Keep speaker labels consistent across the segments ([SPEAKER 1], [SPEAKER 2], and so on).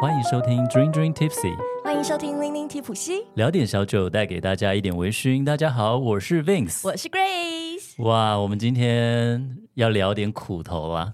[SPEAKER 1] 欢迎收听 Dream Dream Tipsy，
[SPEAKER 2] 欢迎收听《零零提普西》，
[SPEAKER 1] 聊点小酒，带给大家一点微醺。大家好，我是 Vince。
[SPEAKER 2] 我是 Grace。
[SPEAKER 1] 哇，我们今天要聊点苦头啊，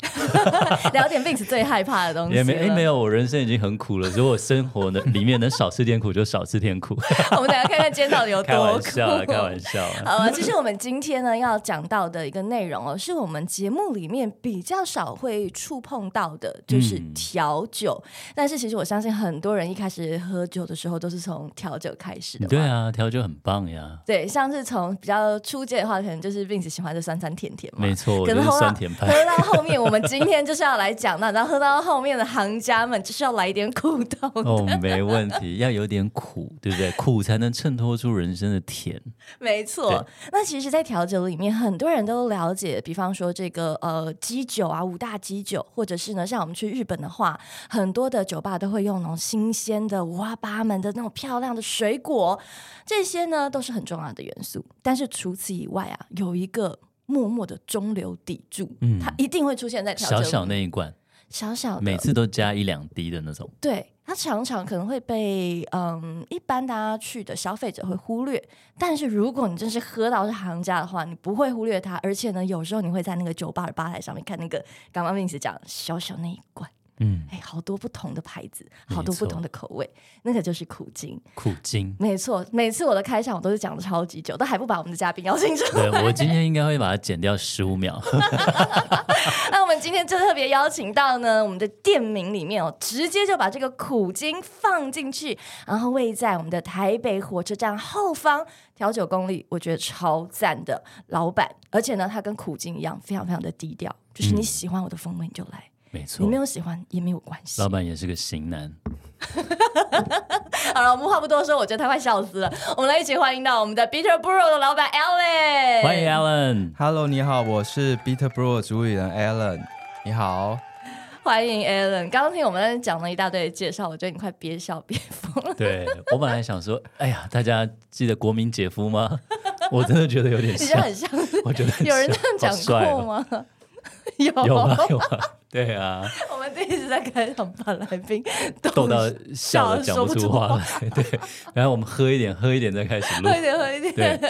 [SPEAKER 2] 聊点 Vince 最害怕的东西。
[SPEAKER 1] 也没哎没。有，我人生已经很苦了，如果生活呢里面能少吃点苦就少吃点 苦，
[SPEAKER 2] 我们等一下看看今天到底有多
[SPEAKER 1] 开
[SPEAKER 2] 酷。
[SPEAKER 1] 玩笑啊，开玩笑 啊。
[SPEAKER 2] 好了，其实我们今天呢要讲到的一个内容哦，是我们节目里面比较少会触碰到的，就是
[SPEAKER 1] 嗯
[SPEAKER 2] 调酒。但是其实我相信很多人一开始喝酒的时候都是从调酒开始的嘛。
[SPEAKER 1] 对啊，调酒很棒呀，
[SPEAKER 2] 对，像是从比较初阶的话，可能就是 Vince 喜欢的酸酸甜甜嘛。
[SPEAKER 1] 没错，我
[SPEAKER 2] 可
[SPEAKER 1] 就是是
[SPEAKER 2] 喝到
[SPEAKER 1] 酸甜
[SPEAKER 2] 喝
[SPEAKER 1] 派。
[SPEAKER 2] 到后面，我们今天就是要来讲那，然后喝到后面的行家们就是要来一点苦头。
[SPEAKER 1] 哦，没问题，要有点苦，对不对？苦才能衬托出人生的甜。
[SPEAKER 2] 没错
[SPEAKER 1] 对，
[SPEAKER 2] 那其实，在调酒里面，很多人都了解，比方说这个呃基酒啊，五大基酒，或者是呢，像我们去日本的话，很多的酒吧都会用那种新鲜的五花八门的那种漂亮的水果，这些呢都是很重要的元素。但是除此以外啊，有一个默默的中流砥柱，
[SPEAKER 1] 嗯
[SPEAKER 2] 它一定会出现在调酒
[SPEAKER 1] 小
[SPEAKER 2] 里
[SPEAKER 1] 小那一罐，
[SPEAKER 2] 小小的
[SPEAKER 1] 每次都加一两滴的那种。
[SPEAKER 2] 对，它常常可能会被嗯一般大家去的消费者会忽略，但是如果你真是喝到是行家的话，你不会忽略它，而且呢，有时候你会在那个酒吧的吧台上面看那个刚刚 Vince 讲小小那一罐，
[SPEAKER 1] 嗯，
[SPEAKER 2] 哎，好多不同的牌子，
[SPEAKER 1] 没
[SPEAKER 2] 好多不
[SPEAKER 1] 错
[SPEAKER 2] 同的口味，那个就是苦精。
[SPEAKER 1] 苦精。
[SPEAKER 2] 没错，每次我的开场我都是讲的超级久，都还不把我们的嘉宾邀请出来
[SPEAKER 1] 对，我今天应该会把它剪掉十五秒。
[SPEAKER 2] 那我们今天就特别邀请到呢，我们的店名里面哦，直接就把这个苦精放进去，然后位在我们的台北火车站后方调酒功力，我觉得超赞的老板，而且呢，他跟苦精一样，非常非常的低调，就是你喜欢我的风味你就来，
[SPEAKER 1] 没
[SPEAKER 2] 你
[SPEAKER 1] 错
[SPEAKER 2] 没，有喜欢也没有关系
[SPEAKER 1] 老。板也是个型男。
[SPEAKER 2] 好了，我们话不多说，我觉得他快笑死了，我们来一起欢迎到我们的 Bitter Brew 的老板 Alan，
[SPEAKER 1] 欢迎啊 Alan。
[SPEAKER 3] Hello，你好，我是 Bitter Brew 主理人 Alan。你好，
[SPEAKER 2] 欢迎 Alan。刚刚听我们讲了一大堆的介绍，我觉得你快憋笑憋 疯了。
[SPEAKER 1] 对我本来想说，哎呀，大家记得国民姐夫吗？ 我真的觉得有点
[SPEAKER 2] 其实
[SPEAKER 1] 像，
[SPEAKER 2] 很像
[SPEAKER 1] 我觉得很
[SPEAKER 2] 有人
[SPEAKER 1] 像
[SPEAKER 2] 这样
[SPEAKER 1] 好
[SPEAKER 2] 讲
[SPEAKER 1] 帅
[SPEAKER 2] 过
[SPEAKER 1] 哦
[SPEAKER 2] 吗？ 有，
[SPEAKER 1] 有吗？有吗？对 啊，
[SPEAKER 2] 我们这一直在开场把来 宾
[SPEAKER 1] 逗到
[SPEAKER 2] 笑
[SPEAKER 1] 笑
[SPEAKER 2] 得
[SPEAKER 1] 的讲
[SPEAKER 2] 说
[SPEAKER 1] 不
[SPEAKER 2] 出
[SPEAKER 1] 出话来。对，然后我们喝一点，喝一点再开始录
[SPEAKER 2] 喝。一点，喝一
[SPEAKER 1] 对
[SPEAKER 2] 点。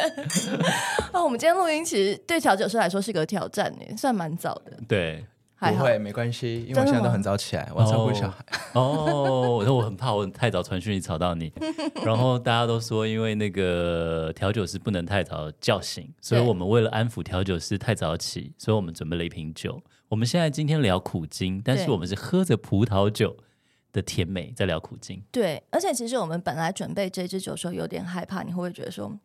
[SPEAKER 2] 哦，我们今天录音其实对调酒师来说是个挑战诶，算蛮早的，
[SPEAKER 1] 对，
[SPEAKER 2] 还
[SPEAKER 3] 不
[SPEAKER 2] 好。
[SPEAKER 3] 会，没关系，因为
[SPEAKER 2] 真的
[SPEAKER 3] 我现在都
[SPEAKER 2] 吗
[SPEAKER 3] 很早起来，我要照顾小孩。
[SPEAKER 1] 哦，我说我很怕我太早传讯息吵到 你，然后大家都说因为那个调酒师不能太早叫醒，所以
[SPEAKER 2] 对
[SPEAKER 1] 我们为了安抚调酒师太早起，所以我们准备了一瓶酒。我们现在今天聊苦精，但是
[SPEAKER 2] 对
[SPEAKER 1] 我们是喝着葡萄酒的甜美在聊苦精。
[SPEAKER 2] 对，而且其实我们本来准备这支酒的时候有点害怕，你会不会觉得说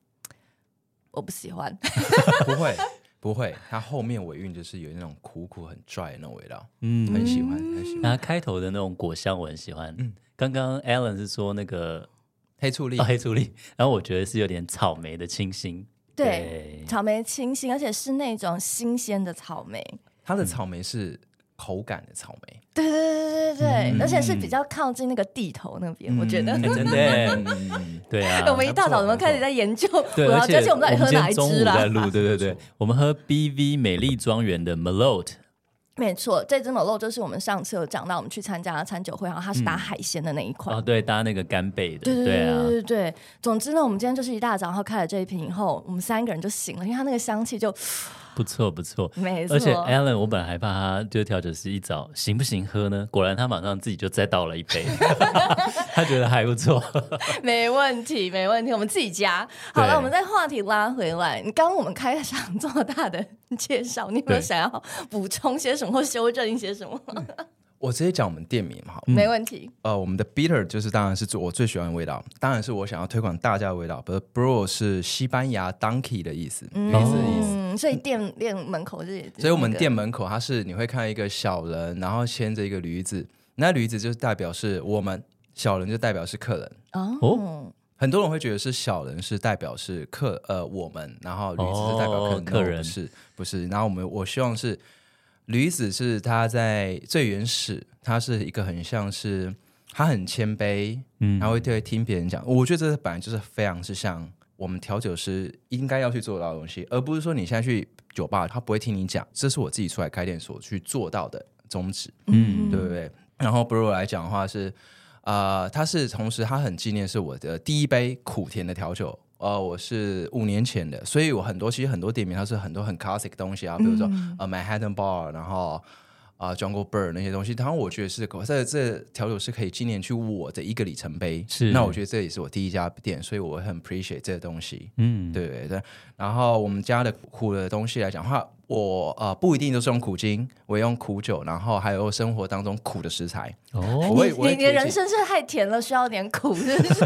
[SPEAKER 2] 我不喜欢？哦
[SPEAKER 3] 不会，不会，它后面尾韵就是有那种苦苦很拽的那种味道，
[SPEAKER 1] 嗯，
[SPEAKER 3] 很喜欢，很喜欢。
[SPEAKER 1] 那开头的那种果香我很喜欢。
[SPEAKER 3] 嗯
[SPEAKER 1] 刚刚 Alan 是说那个
[SPEAKER 3] 黑醋 栗
[SPEAKER 1] 哦，黑醋栗，然后我觉得是有点草莓的清新。
[SPEAKER 2] 对，草莓清新，而且是那种新鲜的草莓。
[SPEAKER 3] 它的草莓是口感的草莓，
[SPEAKER 2] 对对对对对
[SPEAKER 1] 嗯
[SPEAKER 2] 对，而且是比较靠近那个地头那边，嗯我觉得。
[SPEAKER 1] 哎 真的耶
[SPEAKER 3] 嗯
[SPEAKER 1] 对啊，
[SPEAKER 2] 我们一大早怎么开始在研究？
[SPEAKER 1] 对，
[SPEAKER 2] 我要
[SPEAKER 1] 而且
[SPEAKER 2] 而且我们到底喝
[SPEAKER 1] 今
[SPEAKER 2] 哪
[SPEAKER 1] 天
[SPEAKER 2] 一
[SPEAKER 1] 中
[SPEAKER 2] 支
[SPEAKER 1] 午
[SPEAKER 2] 啦
[SPEAKER 1] 在？ 录，对对对
[SPEAKER 3] 没错，
[SPEAKER 1] 我们喝 BV 美丽庄园的 Melote，
[SPEAKER 2] 没错，这只 Merlot 就是我们上次有讲到，我们去参加餐酒会，然后它是打海鲜的那一款。
[SPEAKER 1] 哦，对，搭那个干贝的，
[SPEAKER 2] 对对对
[SPEAKER 1] 啊
[SPEAKER 2] 对，对对，总之呢，我们今天就是一大早，然后开了这一瓶以后，我们三个人就醒了，因为它那个香气就
[SPEAKER 1] 不错不错。
[SPEAKER 2] 没错
[SPEAKER 1] 而，且哎 Alan，我本来还怕他就调酒师一早行不行喝呢，果然他马上自己就再倒了一 杯，他觉得还不错。
[SPEAKER 2] 没问题，没问题，我们自己加。好了，
[SPEAKER 1] 对
[SPEAKER 2] 我们再话题拉回来，你刚刚我们开场这么大的介绍，你有没有
[SPEAKER 1] 对
[SPEAKER 2] 想要补充些什么或修正一些什么？
[SPEAKER 3] 我直接讲我们店名
[SPEAKER 1] 嗯
[SPEAKER 3] 好了，
[SPEAKER 2] 没问题，
[SPEAKER 3] 呃，我们的 bitter 就是当然是最我最喜欢的味道，当然是我想要推广大家的味道。不是 brew 是西班牙 donkey 的意思，驴子的意思。
[SPEAKER 2] 嗯，所以店店门口是，
[SPEAKER 3] 所以我们店门口它是你会看到一个小人，然后牵着一个驴子，那驴子就是代表是我们，小人就代表是客人。
[SPEAKER 2] 哦，
[SPEAKER 3] 很多人会觉得是小人是代表是客呃我们，然后驴子是代表客人，
[SPEAKER 1] 哦客人
[SPEAKER 3] No，不是不是。然后我们我希望是驴子是它在最原始，它是一个很像是它很谦卑，
[SPEAKER 1] 嗯
[SPEAKER 3] 嗯，然后会对听别人讲。我觉得这本来就是非常是像我们调酒师应该要去做到的东西，而不是说你现在去酒吧，他不会听你讲。这是我自己出来开店所去做到的宗旨，
[SPEAKER 2] 嗯
[SPEAKER 3] 对不对？然后 Brew 来讲的话是。呃，它是同时它很纪念是我的第一杯苦甜的调酒。呃，我是五年前的，所以我很多其实很多店名它是很多很 classic 的东西啊，比如说、
[SPEAKER 1] 嗯
[SPEAKER 3] 呃 Manhattan Bar，然后啊、Jungle Bird 那些东西。当然，我觉得是在这调酒是可以纪念去我的一个里程碑。
[SPEAKER 1] 是
[SPEAKER 3] 那我觉得这也是我第一家店，所以我很 appreciate 这个东西。
[SPEAKER 1] 嗯，
[SPEAKER 3] 对对对。然后我们家的苦的东西来讲的话，我呃不一定都是用苦精，我也用苦酒，然后还有生活当中苦的食材。
[SPEAKER 1] 哦，
[SPEAKER 3] 我会
[SPEAKER 2] 嗯你
[SPEAKER 3] 我
[SPEAKER 2] 你
[SPEAKER 3] 会
[SPEAKER 2] 的
[SPEAKER 3] 贴
[SPEAKER 2] 人
[SPEAKER 3] 近
[SPEAKER 2] 生是太甜了，需要点苦，是不是？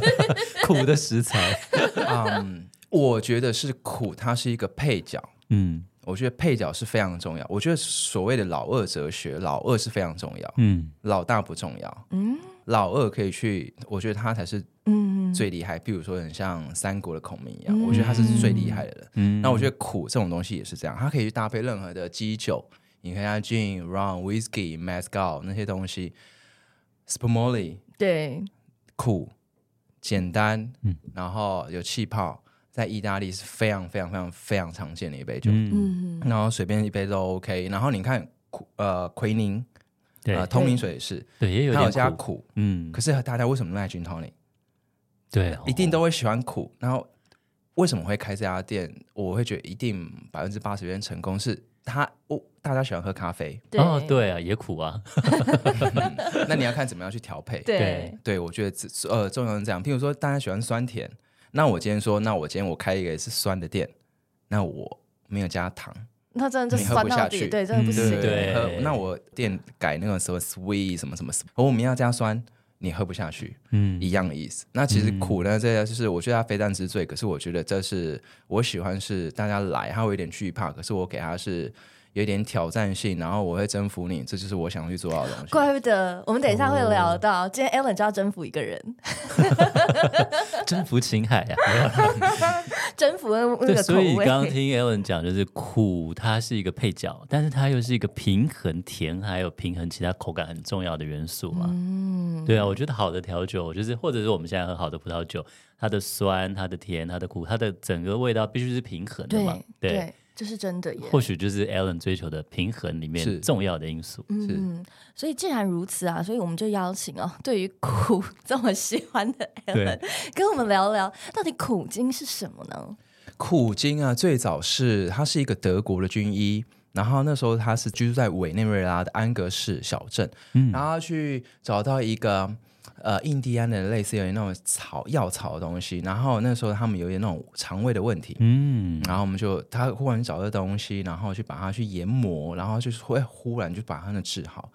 [SPEAKER 1] 苦的食材，
[SPEAKER 3] 嗯，我觉得是苦，它是一个配角。
[SPEAKER 1] 嗯
[SPEAKER 3] 我觉得配角是非常重要。我觉得所谓的老二哲学，老二是非常重要，
[SPEAKER 1] 嗯，
[SPEAKER 3] 老大不重要。
[SPEAKER 2] 嗯
[SPEAKER 3] 老二可以去，我觉得他才是
[SPEAKER 2] 嗯，
[SPEAKER 3] 最厉害。比如说，很像三国的孔明一样，
[SPEAKER 2] 嗯
[SPEAKER 3] 我觉得他是最厉害的人。
[SPEAKER 1] 嗯
[SPEAKER 3] 那我觉得苦这种东西也是这样，它可以去搭配任何的基酒，你看像 gin、rum、whisky、mezcal 那些东西 s p u m o l i
[SPEAKER 2] 对，
[SPEAKER 3] 苦、简单，
[SPEAKER 1] 嗯
[SPEAKER 3] 然后有气泡，在意大利是非常非常非常非常常见的一杯酒，
[SPEAKER 1] 嗯，
[SPEAKER 2] 嗯
[SPEAKER 3] 然后随便一杯都 OK。然后你看苦呃奎宁
[SPEAKER 1] 对
[SPEAKER 3] 呃通灵水也是，
[SPEAKER 1] 对，也有
[SPEAKER 3] 它有加
[SPEAKER 1] 点苦，
[SPEAKER 3] 苦，
[SPEAKER 1] 嗯
[SPEAKER 3] 可，是大家为什么那爱 gin tonic？
[SPEAKER 1] 对，
[SPEAKER 3] 一定
[SPEAKER 1] 哦
[SPEAKER 3] 都会喜欢苦。然后为什么会开这家店？我会觉得一定百分之八十元成功是他哦，大家喜欢喝咖啡，
[SPEAKER 2] 对
[SPEAKER 1] 哦，对啊，也苦 啊，
[SPEAKER 3] 那你要看怎么样去调配。
[SPEAKER 2] 对
[SPEAKER 1] 对，
[SPEAKER 3] 对我觉得只呃重要是这样。譬如说大家喜欢酸甜，那我今天说，那我今天我开一个是酸的店，那我没有加糖，
[SPEAKER 2] 那真的就
[SPEAKER 3] 你喝
[SPEAKER 2] 酸
[SPEAKER 3] 不
[SPEAKER 2] 到
[SPEAKER 3] 下
[SPEAKER 2] 底，
[SPEAKER 3] 去
[SPEAKER 2] 对，真的不
[SPEAKER 1] 嗯
[SPEAKER 2] 行。
[SPEAKER 3] 对
[SPEAKER 1] 对
[SPEAKER 3] 呃那我店改那个什么 sweet 什么什么什么，我们要加酸。你喝不下去，
[SPEAKER 1] 嗯
[SPEAKER 3] 一样的意思。那其实苦呢，这个就是我觉得它非但之罪，可是我觉得这是我喜欢是大家来，他会有点惧怕，可是我给他是有一点挑战性，然后我会征服你，这就是我想去做到的东西。
[SPEAKER 2] 怪不得我们等一下会聊到，今天 Alan 就要征服一个人，
[SPEAKER 1] 征服情海啊。没有啦
[SPEAKER 2] 征服那
[SPEAKER 1] 对，
[SPEAKER 2] 个口
[SPEAKER 1] 所以刚刚
[SPEAKER 2] 味。
[SPEAKER 1] 听 Alan 讲，就是苦它是一个配角，但是它又是一个平衡甜还有平衡其他口感很重要的元素嘛。
[SPEAKER 2] 嗯，
[SPEAKER 1] 对啊，我觉得好的调酒，就是或者是我们现在喝好的葡萄酒，它的酸、它的甜、它的苦，它的整个味道必须是平衡的嘛
[SPEAKER 2] 对。对，这是真的耶。
[SPEAKER 1] 或许就是 Alan 追求的平衡里
[SPEAKER 3] 是
[SPEAKER 1] 面重要的因 素。
[SPEAKER 3] 是
[SPEAKER 2] 嗯，所以既然如此啊，所以我们就邀请哦，对于苦 这么喜欢的 Alan，跟我们聊聊到底苦精是什么呢？
[SPEAKER 3] 苦精啊，最早是他是一个德国的军医，然后那时候他是居住在委内瑞拉的安格市小镇，然后他去找到一个呃印第安的类似有点那种草药草的东西，然后那时候他们有点那种肠胃的问题，
[SPEAKER 1] 嗯，
[SPEAKER 3] 然后我们就他忽然找到东西，然后去把它去研磨，然后就是会忽然就把它的治好。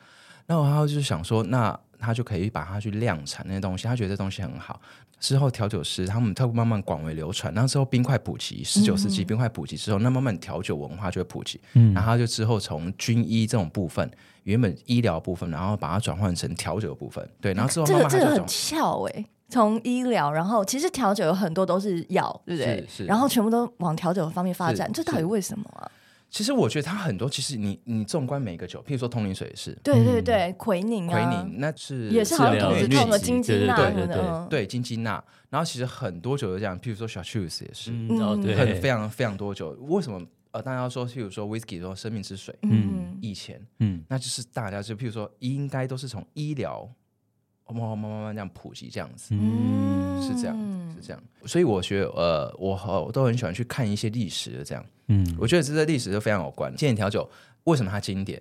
[SPEAKER 3] 那我他就是想说，那他就可以把它去量产那些东西，他觉得这东西很好。之后调酒师他们透过慢慢广为流传，然后之后冰块普及，十九
[SPEAKER 2] 嗯
[SPEAKER 3] 世纪冰块普及之后，那慢慢调酒文化就会普及。然后他就之后从军医这种部分，原本医疗部分，然后把它转换成调酒部分。对，然后之后
[SPEAKER 2] 这
[SPEAKER 3] 慢
[SPEAKER 2] 个
[SPEAKER 3] 慢他
[SPEAKER 2] 这
[SPEAKER 3] 就
[SPEAKER 2] 个
[SPEAKER 3] 转
[SPEAKER 2] 很巧哎、从医疗，然后其实调酒有很多都是药，对不对？
[SPEAKER 3] 是是
[SPEAKER 2] 然后全部都往调酒方面发展，
[SPEAKER 3] 是
[SPEAKER 2] 这到底为什么啊？
[SPEAKER 3] 其实我觉得它很多，其实你你纵观每个酒，譬如说通灵水也是，
[SPEAKER 2] 对对对，奎宁
[SPEAKER 3] 嗯奎
[SPEAKER 2] 啊，
[SPEAKER 3] 宁那是
[SPEAKER 2] 也是
[SPEAKER 1] 治
[SPEAKER 2] 好像
[SPEAKER 1] 疗
[SPEAKER 2] 肚子
[SPEAKER 1] 的
[SPEAKER 2] 痛的
[SPEAKER 1] 疟疾
[SPEAKER 2] 金
[SPEAKER 1] 对
[SPEAKER 2] 鸡
[SPEAKER 1] 对
[SPEAKER 2] 纳
[SPEAKER 1] 对
[SPEAKER 2] 什么的，
[SPEAKER 1] 对对
[SPEAKER 2] 嗯
[SPEAKER 3] 对金鸡纳，然后其实很多酒都这样，譬如说小 Choose 也是，
[SPEAKER 1] 嗯哦，对，
[SPEAKER 3] 很非常非常多酒。为什么呃大家说，譬如说 Whisky 说生命之水，
[SPEAKER 2] 嗯，
[SPEAKER 3] 以前
[SPEAKER 1] 嗯
[SPEAKER 3] 那就是大家就譬如说应该都是从医疗慢慢慢慢慢慢这样普及这样子，
[SPEAKER 1] 嗯
[SPEAKER 3] 是这样是这样。所以我觉得呃我好我都很喜欢去看一些历史的这样，
[SPEAKER 1] 嗯，
[SPEAKER 3] 我觉得这些历史都非常有关。经典调酒为什么它经典？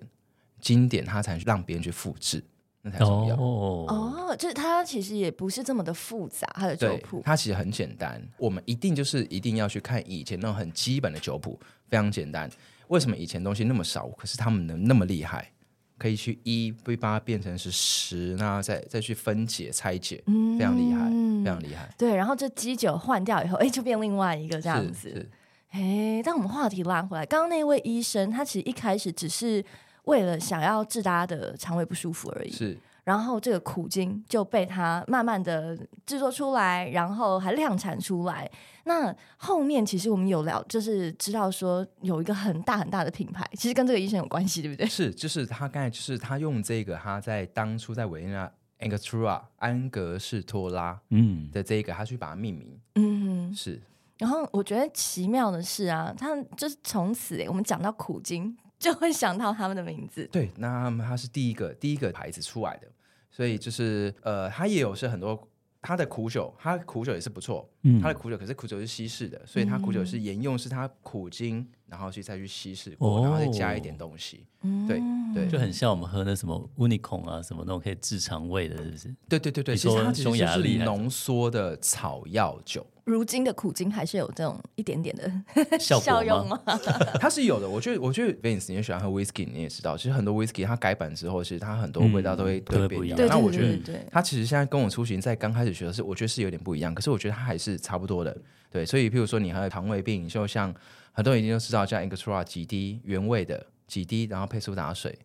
[SPEAKER 3] 经典它才让别人去复制，那才重要。
[SPEAKER 1] 哦，
[SPEAKER 2] 哦，就是它其实也不是这么的复杂，它的酒
[SPEAKER 3] 对
[SPEAKER 2] 谱，，
[SPEAKER 3] 它其实很简单。我们一定就是一定要去看以前那种很基本的酒谱，非常简单。为什么以前东西那么少，可是他们能那么厉害？可以去一被把它变成是十，那再再去分解拆解，非常厉害，
[SPEAKER 2] 嗯
[SPEAKER 3] 非常厉害。
[SPEAKER 2] 对，然后这基酒换掉以后，哎，就变另外一个这样
[SPEAKER 3] 是
[SPEAKER 2] 子。
[SPEAKER 3] 是
[SPEAKER 2] 哎，但我们话题拉回来，刚刚那位医生，他其实一开始只是为了想要治大家的肠胃不舒服而已，
[SPEAKER 3] 是
[SPEAKER 2] 然后这个苦精就被他慢慢的制作出来，然后还量产出来。那后面其实我们有聊，就是知道说有一个很大很大的品牌，其实跟这个医生有关系，对不 对？
[SPEAKER 3] 是，就是他刚才就是他用这个，他在当初在委内瑞拉 Angostura 安格士托拉
[SPEAKER 1] 嗯，
[SPEAKER 3] 的这个，他去把它命名，
[SPEAKER 2] 嗯，
[SPEAKER 3] 是
[SPEAKER 2] 然后我觉得奇妙的是啊，他们就是从此、欸、我们讲到苦精，就会想到他们的名字。
[SPEAKER 3] 对，那他们它是第一个第一个牌子出来的，所以就是呃，它也有是很多它的苦酒，它苦酒也是不错，
[SPEAKER 1] 嗯
[SPEAKER 3] 它的苦酒可是苦酒是稀释的，所以它苦酒是
[SPEAKER 2] 嗯
[SPEAKER 3] 沿用是它苦精，然后去再去稀释过，
[SPEAKER 1] 哦
[SPEAKER 3] 然后再加一点东西。
[SPEAKER 2] 哦
[SPEAKER 3] 对对
[SPEAKER 1] 就很像我们喝那什么 unicorn 啊，什么那种可以治肠胃的，是不 是？
[SPEAKER 3] 对对对对，
[SPEAKER 1] 你
[SPEAKER 3] 其实
[SPEAKER 1] 说
[SPEAKER 3] 它其实
[SPEAKER 1] 匈牙
[SPEAKER 3] 就
[SPEAKER 1] 利
[SPEAKER 3] 是
[SPEAKER 1] 还是
[SPEAKER 3] 浓缩的草药酒，
[SPEAKER 2] 如今的苦精还是有这种一点 点的
[SPEAKER 1] 效果
[SPEAKER 2] 用
[SPEAKER 1] 吗？
[SPEAKER 2] 吗？
[SPEAKER 3] 它是有的。我觉得我觉得 Vince 你也喜欢喝 whisky，你也知道，其实很多 whisky 它改版之后，其实它很多味道都会
[SPEAKER 1] 嗯
[SPEAKER 3] 蜕
[SPEAKER 1] 都会
[SPEAKER 3] 变
[SPEAKER 1] 不一
[SPEAKER 3] 掉
[SPEAKER 1] 样
[SPEAKER 2] 对，
[SPEAKER 3] 那
[SPEAKER 2] 对
[SPEAKER 3] 我
[SPEAKER 2] 对
[SPEAKER 3] 觉得
[SPEAKER 2] 对对
[SPEAKER 3] 它其实现在跟我出行在刚开始学的是，我觉得是有点不一样，可是我觉得它还是差不多的。对，所以譬如说你还有糖胃病，就像很多人一定都知道，像 Extra 几滴原味的几滴，然后配苏打水，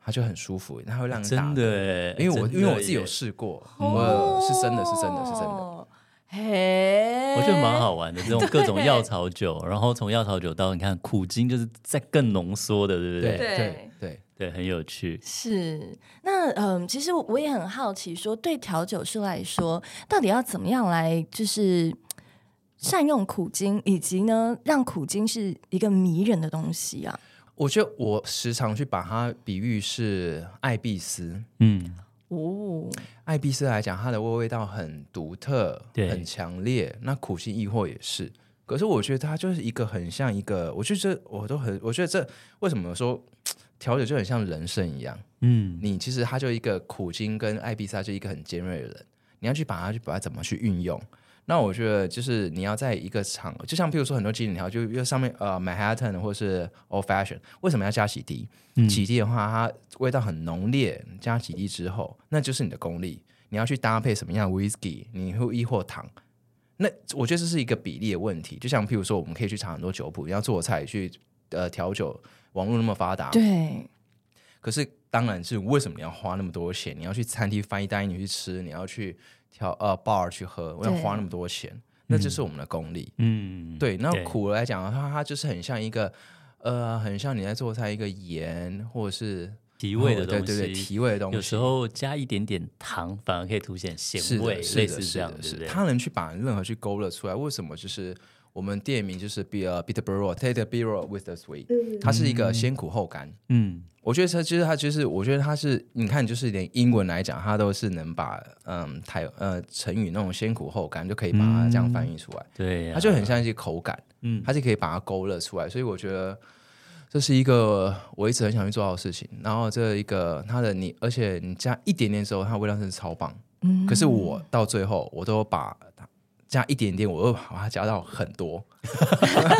[SPEAKER 3] 它就很舒服，它会让你打
[SPEAKER 1] 哎真的欸耶，
[SPEAKER 3] 因为我
[SPEAKER 1] 真的
[SPEAKER 3] 因为我自己有
[SPEAKER 1] 耶
[SPEAKER 3] 试过，嗯
[SPEAKER 2] 哦
[SPEAKER 3] 我是真的是真的是真的。。
[SPEAKER 2] 嘿，
[SPEAKER 1] 我觉得蛮好玩 的，这种各种药草酒，然后从药草酒到你看苦精，就是再更浓缩的，对不对？
[SPEAKER 2] 对
[SPEAKER 3] 对对，
[SPEAKER 1] 对很有趣。
[SPEAKER 2] 是，那嗯，其实我也很好奇说对调酒师来说，到底要怎么样来就是善用苦精，以及呢，让苦精是一个迷人的东西啊？
[SPEAKER 3] 我觉得我时常去把它比喻是艾必斯，
[SPEAKER 1] 嗯，
[SPEAKER 2] 哦，
[SPEAKER 3] 艾必斯来讲，它的味道很独特，
[SPEAKER 1] 对
[SPEAKER 3] 很强烈。那苦杏亦或也是，可是我觉得它就是一个很像一个，我觉得这我都很，我觉得这为什么说调酒就很像人生一样？
[SPEAKER 1] 嗯，
[SPEAKER 3] 你其实他就一个苦精跟艾必斯，他就一个很尖锐的人，你要去把它去把它怎么去运用。那我觉得就是你要在一个场，就像譬如说很多经典调，就就上面呃 Manhattan 或是 Old Fashion，为什么要加洗涤？洗涤的话，它味道很浓烈，加洗涤之后，那就是你的功力。你要去搭配什么样的 whisky，你会亦或糖。那我觉得这是一个比例的问题，就像譬如说，我们可以去查很多酒谱，你要做菜去呃调酒，网络那么发 达，
[SPEAKER 2] 对，
[SPEAKER 3] 可是当然是为什么你要花那么多钱？你要去餐厅 fine dining 去吃，你要去调呃 bar 去喝，我要花那么多钱，那就是我们的功力。
[SPEAKER 1] 嗯，
[SPEAKER 3] 对，那
[SPEAKER 1] 对
[SPEAKER 3] 苦来讲的话，它就是很像一个呃，很像你在做菜一个盐或者是哦
[SPEAKER 1] 提味的东
[SPEAKER 3] 对对对，
[SPEAKER 1] 西，
[SPEAKER 3] 提味的东西。
[SPEAKER 1] 有时候加一点点糖，反而可以凸显
[SPEAKER 3] 是
[SPEAKER 1] 咸
[SPEAKER 3] 的
[SPEAKER 1] 味，
[SPEAKER 3] 是
[SPEAKER 1] 类
[SPEAKER 3] 的
[SPEAKER 1] 似
[SPEAKER 3] 是
[SPEAKER 1] 这样，
[SPEAKER 3] 的
[SPEAKER 1] 对
[SPEAKER 3] 是
[SPEAKER 1] 不
[SPEAKER 3] 的，
[SPEAKER 1] 对？
[SPEAKER 3] 他能去把任何去勾勒出来。为什么就是我们店名就是 be a bit b u r r o take the b u r r o with the sweet，、它是一个先苦后甘。
[SPEAKER 1] 嗯，
[SPEAKER 3] 我觉得他其实他就是，我觉得他是，你看，就是连英文来讲，他都是能把嗯台呃成语那种先苦后甘，就可以把它这样翻译出来，
[SPEAKER 1] 对呀、
[SPEAKER 3] 它就很像一些口感，
[SPEAKER 1] 嗯
[SPEAKER 3] 它就可以把它勾勒出来。所以我觉得这是一个我一直很想去做到的事情。然后这一个它的你，而且你加一点点之后，它的味道真的超棒。
[SPEAKER 2] 嗯
[SPEAKER 3] 可是我到最后，我都把它加一点点，我又把它加到很多。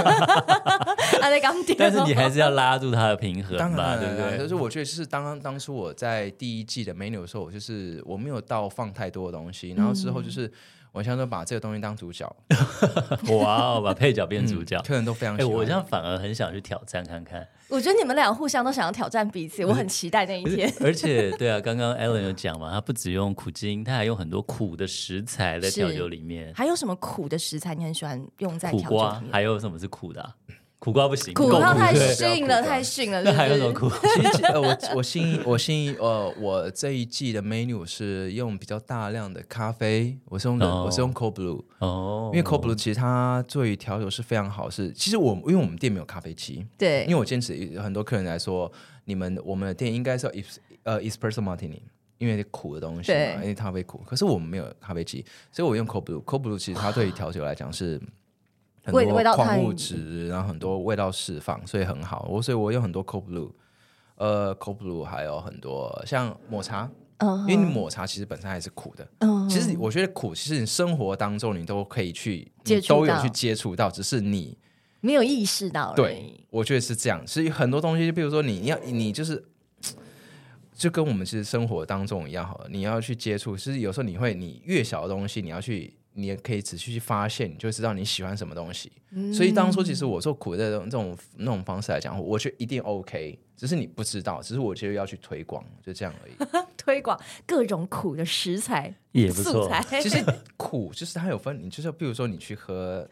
[SPEAKER 2] 他在啊刚点，
[SPEAKER 1] 但是你还是要拉住它的平衡
[SPEAKER 3] 当
[SPEAKER 1] 吧，
[SPEAKER 3] 然，啊
[SPEAKER 1] 对不
[SPEAKER 3] 当然就
[SPEAKER 1] 对？
[SPEAKER 3] 是我觉得，就是当当初我在第一季的 menu 的时候，我就是我没有到放太多的东西，然后之后就是、我现在都把这个东西当主角， 嗯
[SPEAKER 1] 哇哦，把配角变主角。
[SPEAKER 3] 客人都非常
[SPEAKER 1] 哎、
[SPEAKER 3] 喜欢。
[SPEAKER 1] 我这样反而很想去挑战看看，
[SPEAKER 2] 我觉得你们俩互相都想要挑战彼此，我很期待那一天。
[SPEAKER 1] 而且对啊，刚刚 Alan 有讲嘛，他不只用苦精，他还用很多苦的食材在
[SPEAKER 2] 是
[SPEAKER 1] 调酒里面，
[SPEAKER 2] 还有什么苦的食材你很喜欢用在
[SPEAKER 1] 苦
[SPEAKER 2] 调酒
[SPEAKER 1] 瓜
[SPEAKER 2] 里，面？
[SPEAKER 1] 还有什么是苦的啊、苦瓜不行，
[SPEAKER 2] 苦
[SPEAKER 1] 不够
[SPEAKER 2] 瓜
[SPEAKER 1] 苦
[SPEAKER 2] 太
[SPEAKER 3] 对
[SPEAKER 2] 逊
[SPEAKER 3] 不要
[SPEAKER 2] 了，
[SPEAKER 3] 苦瓜
[SPEAKER 2] 太逊了，
[SPEAKER 1] 那 还有什
[SPEAKER 2] 是
[SPEAKER 1] 么
[SPEAKER 2] 不是
[SPEAKER 1] 苦？
[SPEAKER 3] 其实 呃，我我新一我新一呃，我这一季的 menu 是用比较大量的咖啡，我是用的、
[SPEAKER 1] 哦
[SPEAKER 3] 我是用 cold brew，
[SPEAKER 1] 哦
[SPEAKER 3] 因，为 cold brew 其实它对于调酒是非常好，是其实我因为我们店没有咖啡机，
[SPEAKER 2] 对，
[SPEAKER 3] 因为我坚持很多客人来说，你们我们的店应该是要 es 呃 espresso martini，因为苦的东西
[SPEAKER 2] 对
[SPEAKER 3] 嘛，因为咖啡苦。可是我们没有咖啡机，所以我用 cold brew。cold brew 其实它对于调酒来讲是很
[SPEAKER 2] 味味道
[SPEAKER 3] 多矿物
[SPEAKER 2] 太
[SPEAKER 3] 质，然后很多味道释放，所以很好。我所以我用很多 cold brew。呃，cold brew 还有很多像抹茶，
[SPEAKER 2] 嗯
[SPEAKER 3] 因为你抹茶其实本身还是苦的。
[SPEAKER 2] 嗯
[SPEAKER 3] 其实我觉得苦，其实你生活当中你都可以去，
[SPEAKER 2] 接
[SPEAKER 3] 你
[SPEAKER 2] 触
[SPEAKER 3] 都有
[SPEAKER 2] 到
[SPEAKER 3] 去接触到，只是你
[SPEAKER 2] 没有意识到而
[SPEAKER 3] 对
[SPEAKER 2] 已，，
[SPEAKER 3] 我觉得是这样。其实很多东西，就比如说你要，你就是就跟我们其实生活当中一样，好了，你要去接触。其实有时候你会，你越小的东西，你要去，你也可以仔细去发现，你就知道你喜欢什么东西。
[SPEAKER 2] 嗯
[SPEAKER 3] 所以当初其实我做苦的这种这种那种方式来讲，我觉得一定 OK，只是你不知道，只是我觉得要去推广，就这样而已。
[SPEAKER 2] 推广各种苦的食材
[SPEAKER 1] 也不
[SPEAKER 2] 素
[SPEAKER 1] 错
[SPEAKER 2] 材，
[SPEAKER 3] 其实苦就是它有分，你就是比如说你去喝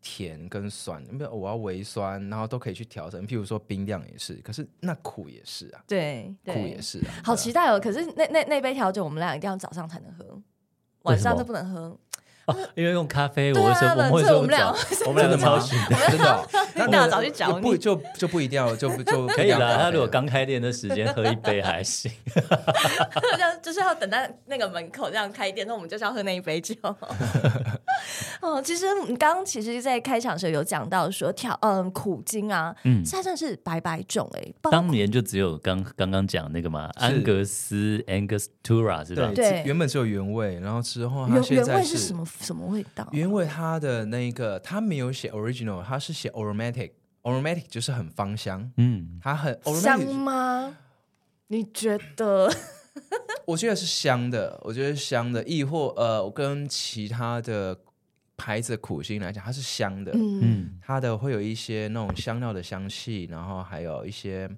[SPEAKER 3] 甜跟酸，没有我要微酸，然后都可以去调整。譬如说冰量也是，可是那苦也是啊，
[SPEAKER 2] 对
[SPEAKER 3] 苦
[SPEAKER 2] 对，
[SPEAKER 3] 也是啊。
[SPEAKER 2] 好
[SPEAKER 3] 对啊
[SPEAKER 2] 期待哦！可是那那那杯调酒，我们俩一定要早上才能喝，
[SPEAKER 1] 为
[SPEAKER 2] 晚
[SPEAKER 1] 什么
[SPEAKER 2] 上就不能喝。
[SPEAKER 1] 因为用咖啡，
[SPEAKER 2] 对
[SPEAKER 1] 我
[SPEAKER 2] 啊
[SPEAKER 1] 会说我们会
[SPEAKER 2] 冷这
[SPEAKER 1] 说
[SPEAKER 2] 我们俩
[SPEAKER 1] 早我们两个超逊的，
[SPEAKER 3] 真的哦，
[SPEAKER 2] 一
[SPEAKER 3] 那
[SPEAKER 2] 大
[SPEAKER 3] 我
[SPEAKER 2] 早去找
[SPEAKER 3] 就不
[SPEAKER 2] 你
[SPEAKER 3] 就就不一定要就 不就啊
[SPEAKER 1] 可以 啦。
[SPEAKER 3] 他
[SPEAKER 1] 他如果刚开店的时间喝一杯还行，
[SPEAKER 2] 这样就是要等到那个门口这样开店，那我们就是要喝那一杯 酒。哦，其实你刚刚其实，在开场的时候有讲到说调嗯苦精啊，嗯，它真的是百百种哎、 包
[SPEAKER 1] 当年就只有刚刚刚讲那个嘛，安格斯 （Angostura） 是吧？
[SPEAKER 2] 对
[SPEAKER 3] 对，原本只有原味，然后之后它
[SPEAKER 2] 原
[SPEAKER 3] 现
[SPEAKER 2] 原
[SPEAKER 3] 在
[SPEAKER 2] 味是什么什么味道？
[SPEAKER 3] 原味它的那个它没有写 original，它是写 aromatic。aromatic 就是很芳香，
[SPEAKER 1] 嗯，
[SPEAKER 3] 它很
[SPEAKER 2] 香
[SPEAKER 3] aromatic，
[SPEAKER 2] 吗？你觉得？
[SPEAKER 3] 我觉得是香的，我觉得是香的，亦或呃，我跟其他的牌子的苦心来讲，它是香的，
[SPEAKER 2] 嗯，
[SPEAKER 3] 它的会有一些那种香料的香气，然后还有一些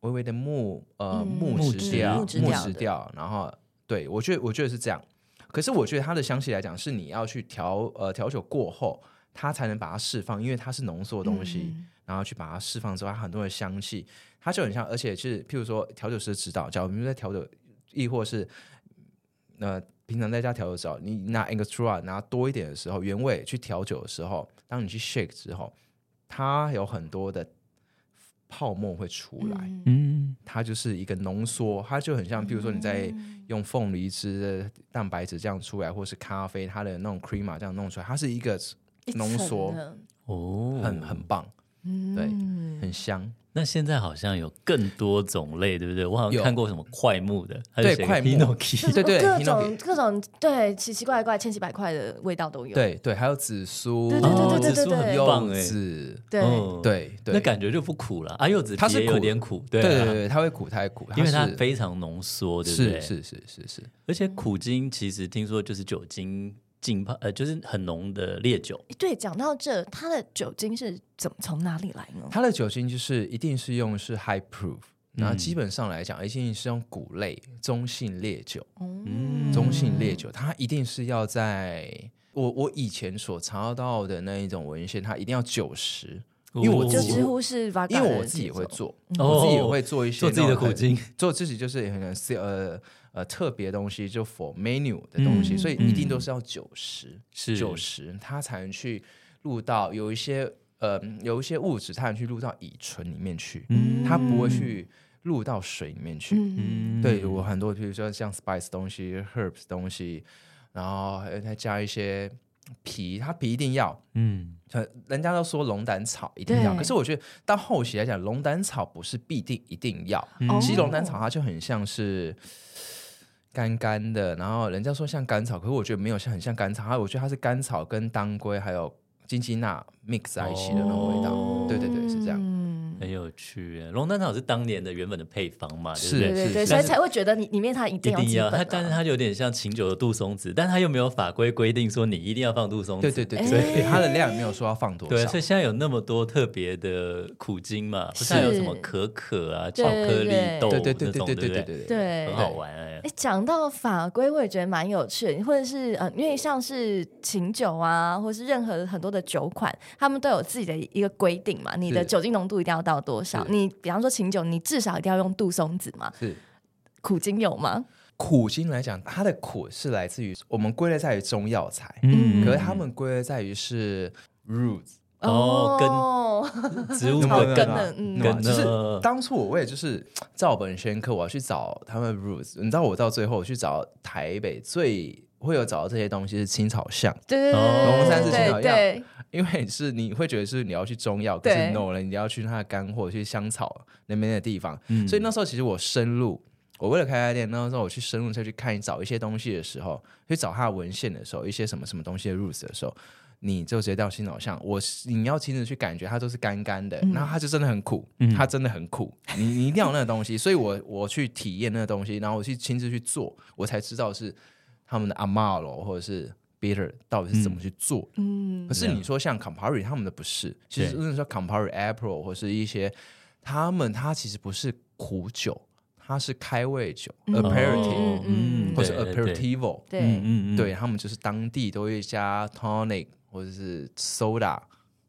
[SPEAKER 3] 微微的木呃
[SPEAKER 2] 嗯
[SPEAKER 3] 木
[SPEAKER 1] 木
[SPEAKER 3] 质
[SPEAKER 1] 质
[SPEAKER 3] 调
[SPEAKER 2] 木质调的
[SPEAKER 3] 调，然后对我觉得我觉得是这样。可是我觉得它的香气来讲，是你要去调呃调酒过后，它才能把它释放，因为它是浓缩的东西，
[SPEAKER 2] 嗯
[SPEAKER 3] 然后去把它释放之后，它很多的香气，它就很像，而且是譬如说调酒师的指导，假如我们在调酒，亦或是呃平常在家调酒的时候，你拿 extra 拿多一点的时候，原味去调酒的时候，当你去 shake 之后，它有很多的泡沫会出来，
[SPEAKER 2] 嗯
[SPEAKER 1] 嗯，
[SPEAKER 3] 它就是一个浓缩，它就很像，譬如说你在用凤梨汁的蛋白质这样出来，或是咖啡它的那种 crema 这样弄出来，它是一个
[SPEAKER 2] 一
[SPEAKER 3] 浓
[SPEAKER 2] 层
[SPEAKER 3] 缩
[SPEAKER 2] 的嗯
[SPEAKER 1] 哦，
[SPEAKER 3] 很很棒，对，很香。
[SPEAKER 1] 那现在好像有更多种类，对不对？我好像
[SPEAKER 3] 有
[SPEAKER 1] 看过什么快木的，
[SPEAKER 3] 对快木
[SPEAKER 1] i n o k
[SPEAKER 3] 对对
[SPEAKER 2] 各
[SPEAKER 3] Hinoki
[SPEAKER 2] 种各种对奇奇怪怪、千奇百怪的味道都有。
[SPEAKER 3] 对对，还有紫苏，
[SPEAKER 2] 对对对
[SPEAKER 1] 哦
[SPEAKER 2] 对对
[SPEAKER 1] 紫苏很
[SPEAKER 2] 对
[SPEAKER 1] 棒
[SPEAKER 3] 柚
[SPEAKER 1] 哎，
[SPEAKER 3] 子，
[SPEAKER 2] 对
[SPEAKER 1] 哦，
[SPEAKER 3] 对对，
[SPEAKER 1] 那感觉就不苦了啊，柚子
[SPEAKER 3] 它是
[SPEAKER 1] 皮也有
[SPEAKER 3] 苦
[SPEAKER 1] 点苦，
[SPEAKER 3] 对对
[SPEAKER 1] 啊
[SPEAKER 3] 对，对它会苦，它会苦，
[SPEAKER 1] 因为它
[SPEAKER 3] 是
[SPEAKER 1] 非常浓缩，对不对？
[SPEAKER 3] 是是是是是，
[SPEAKER 1] 而且苦精其实听说就是酒精浸泡，呃，就是很浓的烈酒。
[SPEAKER 2] 对，讲到这，它的酒精是怎么从哪里来呢？
[SPEAKER 3] 它的酒精就是一定是用是 high proof，
[SPEAKER 1] 嗯
[SPEAKER 3] 然后基本上来讲，一定是用谷类中性烈酒，
[SPEAKER 2] 嗯，
[SPEAKER 3] 中性烈酒，它一定是要在我我以前所查到的那一种文献，它一定要九十，因为我
[SPEAKER 2] 就
[SPEAKER 3] 自己
[SPEAKER 2] 几乎是 v
[SPEAKER 3] 因为我自己也会做，
[SPEAKER 1] 哦
[SPEAKER 3] 我自己也会做一些
[SPEAKER 1] 做自己的
[SPEAKER 3] 那种
[SPEAKER 1] 苦
[SPEAKER 3] 很
[SPEAKER 1] 精，
[SPEAKER 3] 做自己就是很很呃呃特别的东西，就 for menu 的东西，
[SPEAKER 2] 嗯
[SPEAKER 3] 所以一定都是要九十、
[SPEAKER 1] 是
[SPEAKER 3] 九十，它才能去入到有一些呃有一些物质，它能去入到乙醇里面去，
[SPEAKER 2] 嗯
[SPEAKER 3] 它不会去入到水里面去。
[SPEAKER 2] 嗯，
[SPEAKER 3] 对我很多，比如说像 spice 东西、herbs 东西，然后还有再加一些皮，它皮一定要，
[SPEAKER 1] 嗯，
[SPEAKER 3] 呃，人家都说龙胆草一定要，
[SPEAKER 2] 对
[SPEAKER 3] 可是我觉得到后期来讲，龙胆草不是必定一定要。
[SPEAKER 2] 哦
[SPEAKER 3] 其实龙胆草它就很像是干干的，然后人家说像甘草，可是我觉得没有像很像甘草，它我觉得它是甘草跟当归还有金鸡纳 mix 在一起的那种味道。
[SPEAKER 1] 哦
[SPEAKER 3] 对对对，是这样。
[SPEAKER 2] 嗯，
[SPEAKER 1] 很有趣耶。龙胆草是当年的原本的配方嘛，对不
[SPEAKER 3] 是
[SPEAKER 2] 对
[SPEAKER 1] 对？
[SPEAKER 2] 对对，
[SPEAKER 3] 是
[SPEAKER 2] 所以
[SPEAKER 1] 是
[SPEAKER 2] 才会觉得你里面它一
[SPEAKER 1] 一
[SPEAKER 2] 定
[SPEAKER 1] 定要
[SPEAKER 2] 基
[SPEAKER 1] 它，
[SPEAKER 2] 本
[SPEAKER 1] 但是
[SPEAKER 2] 啊。
[SPEAKER 1] 它有点像琴酒的杜松子，但它又没有法规规定说你一定要放杜松
[SPEAKER 3] 对
[SPEAKER 1] 子。
[SPEAKER 3] 对对
[SPEAKER 2] 哎
[SPEAKER 3] 对，对它的量也没有说要放多
[SPEAKER 1] 对，
[SPEAKER 3] 少
[SPEAKER 1] 所以。现在有那么多特别的苦精嘛，不是
[SPEAKER 2] 是
[SPEAKER 1] 还有什么可可啊、
[SPEAKER 2] 对
[SPEAKER 1] 巧克力豆
[SPEAKER 3] 对对
[SPEAKER 1] 那
[SPEAKER 3] 对
[SPEAKER 1] 种，
[SPEAKER 3] 对对
[SPEAKER 1] 不
[SPEAKER 3] 对对对。
[SPEAKER 2] 对，
[SPEAKER 1] 很好玩哎
[SPEAKER 2] 哎，，讲到法规，我也觉得蛮有趣的，或者是呃，因为像是琴酒啊，或是任何很多的酒款，他们都有自己的一个规定嘛。你的
[SPEAKER 3] 是
[SPEAKER 2] 酒精浓度一定要到多少？
[SPEAKER 3] 是
[SPEAKER 2] 你比方说琴酒，你至少一定要用杜松子嘛，
[SPEAKER 3] 是
[SPEAKER 2] 苦精有吗？
[SPEAKER 3] 苦心来讲，它的苦是来自于我们归类在于中药材，
[SPEAKER 2] 嗯
[SPEAKER 3] 可是他们归类在于是 roots。
[SPEAKER 1] 哦跟
[SPEAKER 2] 哦
[SPEAKER 1] 植物
[SPEAKER 3] 那么
[SPEAKER 1] 本
[SPEAKER 2] 草根的嗯
[SPEAKER 3] 那么
[SPEAKER 1] 根的
[SPEAKER 3] 就是当初我为了就是照本宣科，我要去找他们的 roots。你知道我到最后我去找台北最会有找到这些东西是青草巷，
[SPEAKER 2] 对对
[SPEAKER 1] 哦
[SPEAKER 3] 龙
[SPEAKER 2] 对
[SPEAKER 3] 山寺
[SPEAKER 2] 对
[SPEAKER 3] 青
[SPEAKER 2] 对
[SPEAKER 3] 草
[SPEAKER 2] 对，
[SPEAKER 3] 因为是你会觉得是你要去中药，可
[SPEAKER 2] 对
[SPEAKER 3] 是 no 了，你要去它的干货，去香草那边的地方。
[SPEAKER 1] 嗯
[SPEAKER 3] 所以那时候其实我深入，我为了开家店，那时候我去深入再去看找一些东西的时候，去找它的文献的时候，一些什么什么东西的 roots 的时候。你就直接到青草巷，我你要亲自去感觉它都是干干的，然后它就真的很苦，它真的很苦，你你一定要有那个东西，所以我我去体验那个东西，然后我去亲自去做，我才知道是他们的 amaro 或者是 bitter 到底是怎么去做
[SPEAKER 2] 嗯
[SPEAKER 3] 可是你说像 Campari 他们的不是，其实
[SPEAKER 1] 对
[SPEAKER 3] 真的说 Campari April 或是一些他们，它其实不是苦酒，它是开胃酒
[SPEAKER 2] 嗯
[SPEAKER 3] ，aperitif
[SPEAKER 1] 哦嗯
[SPEAKER 3] 或是
[SPEAKER 1] 对对对
[SPEAKER 3] aperitivo，
[SPEAKER 2] 对，
[SPEAKER 1] 嗯
[SPEAKER 3] 对他们就是当地都会加 tonic 或者是 soda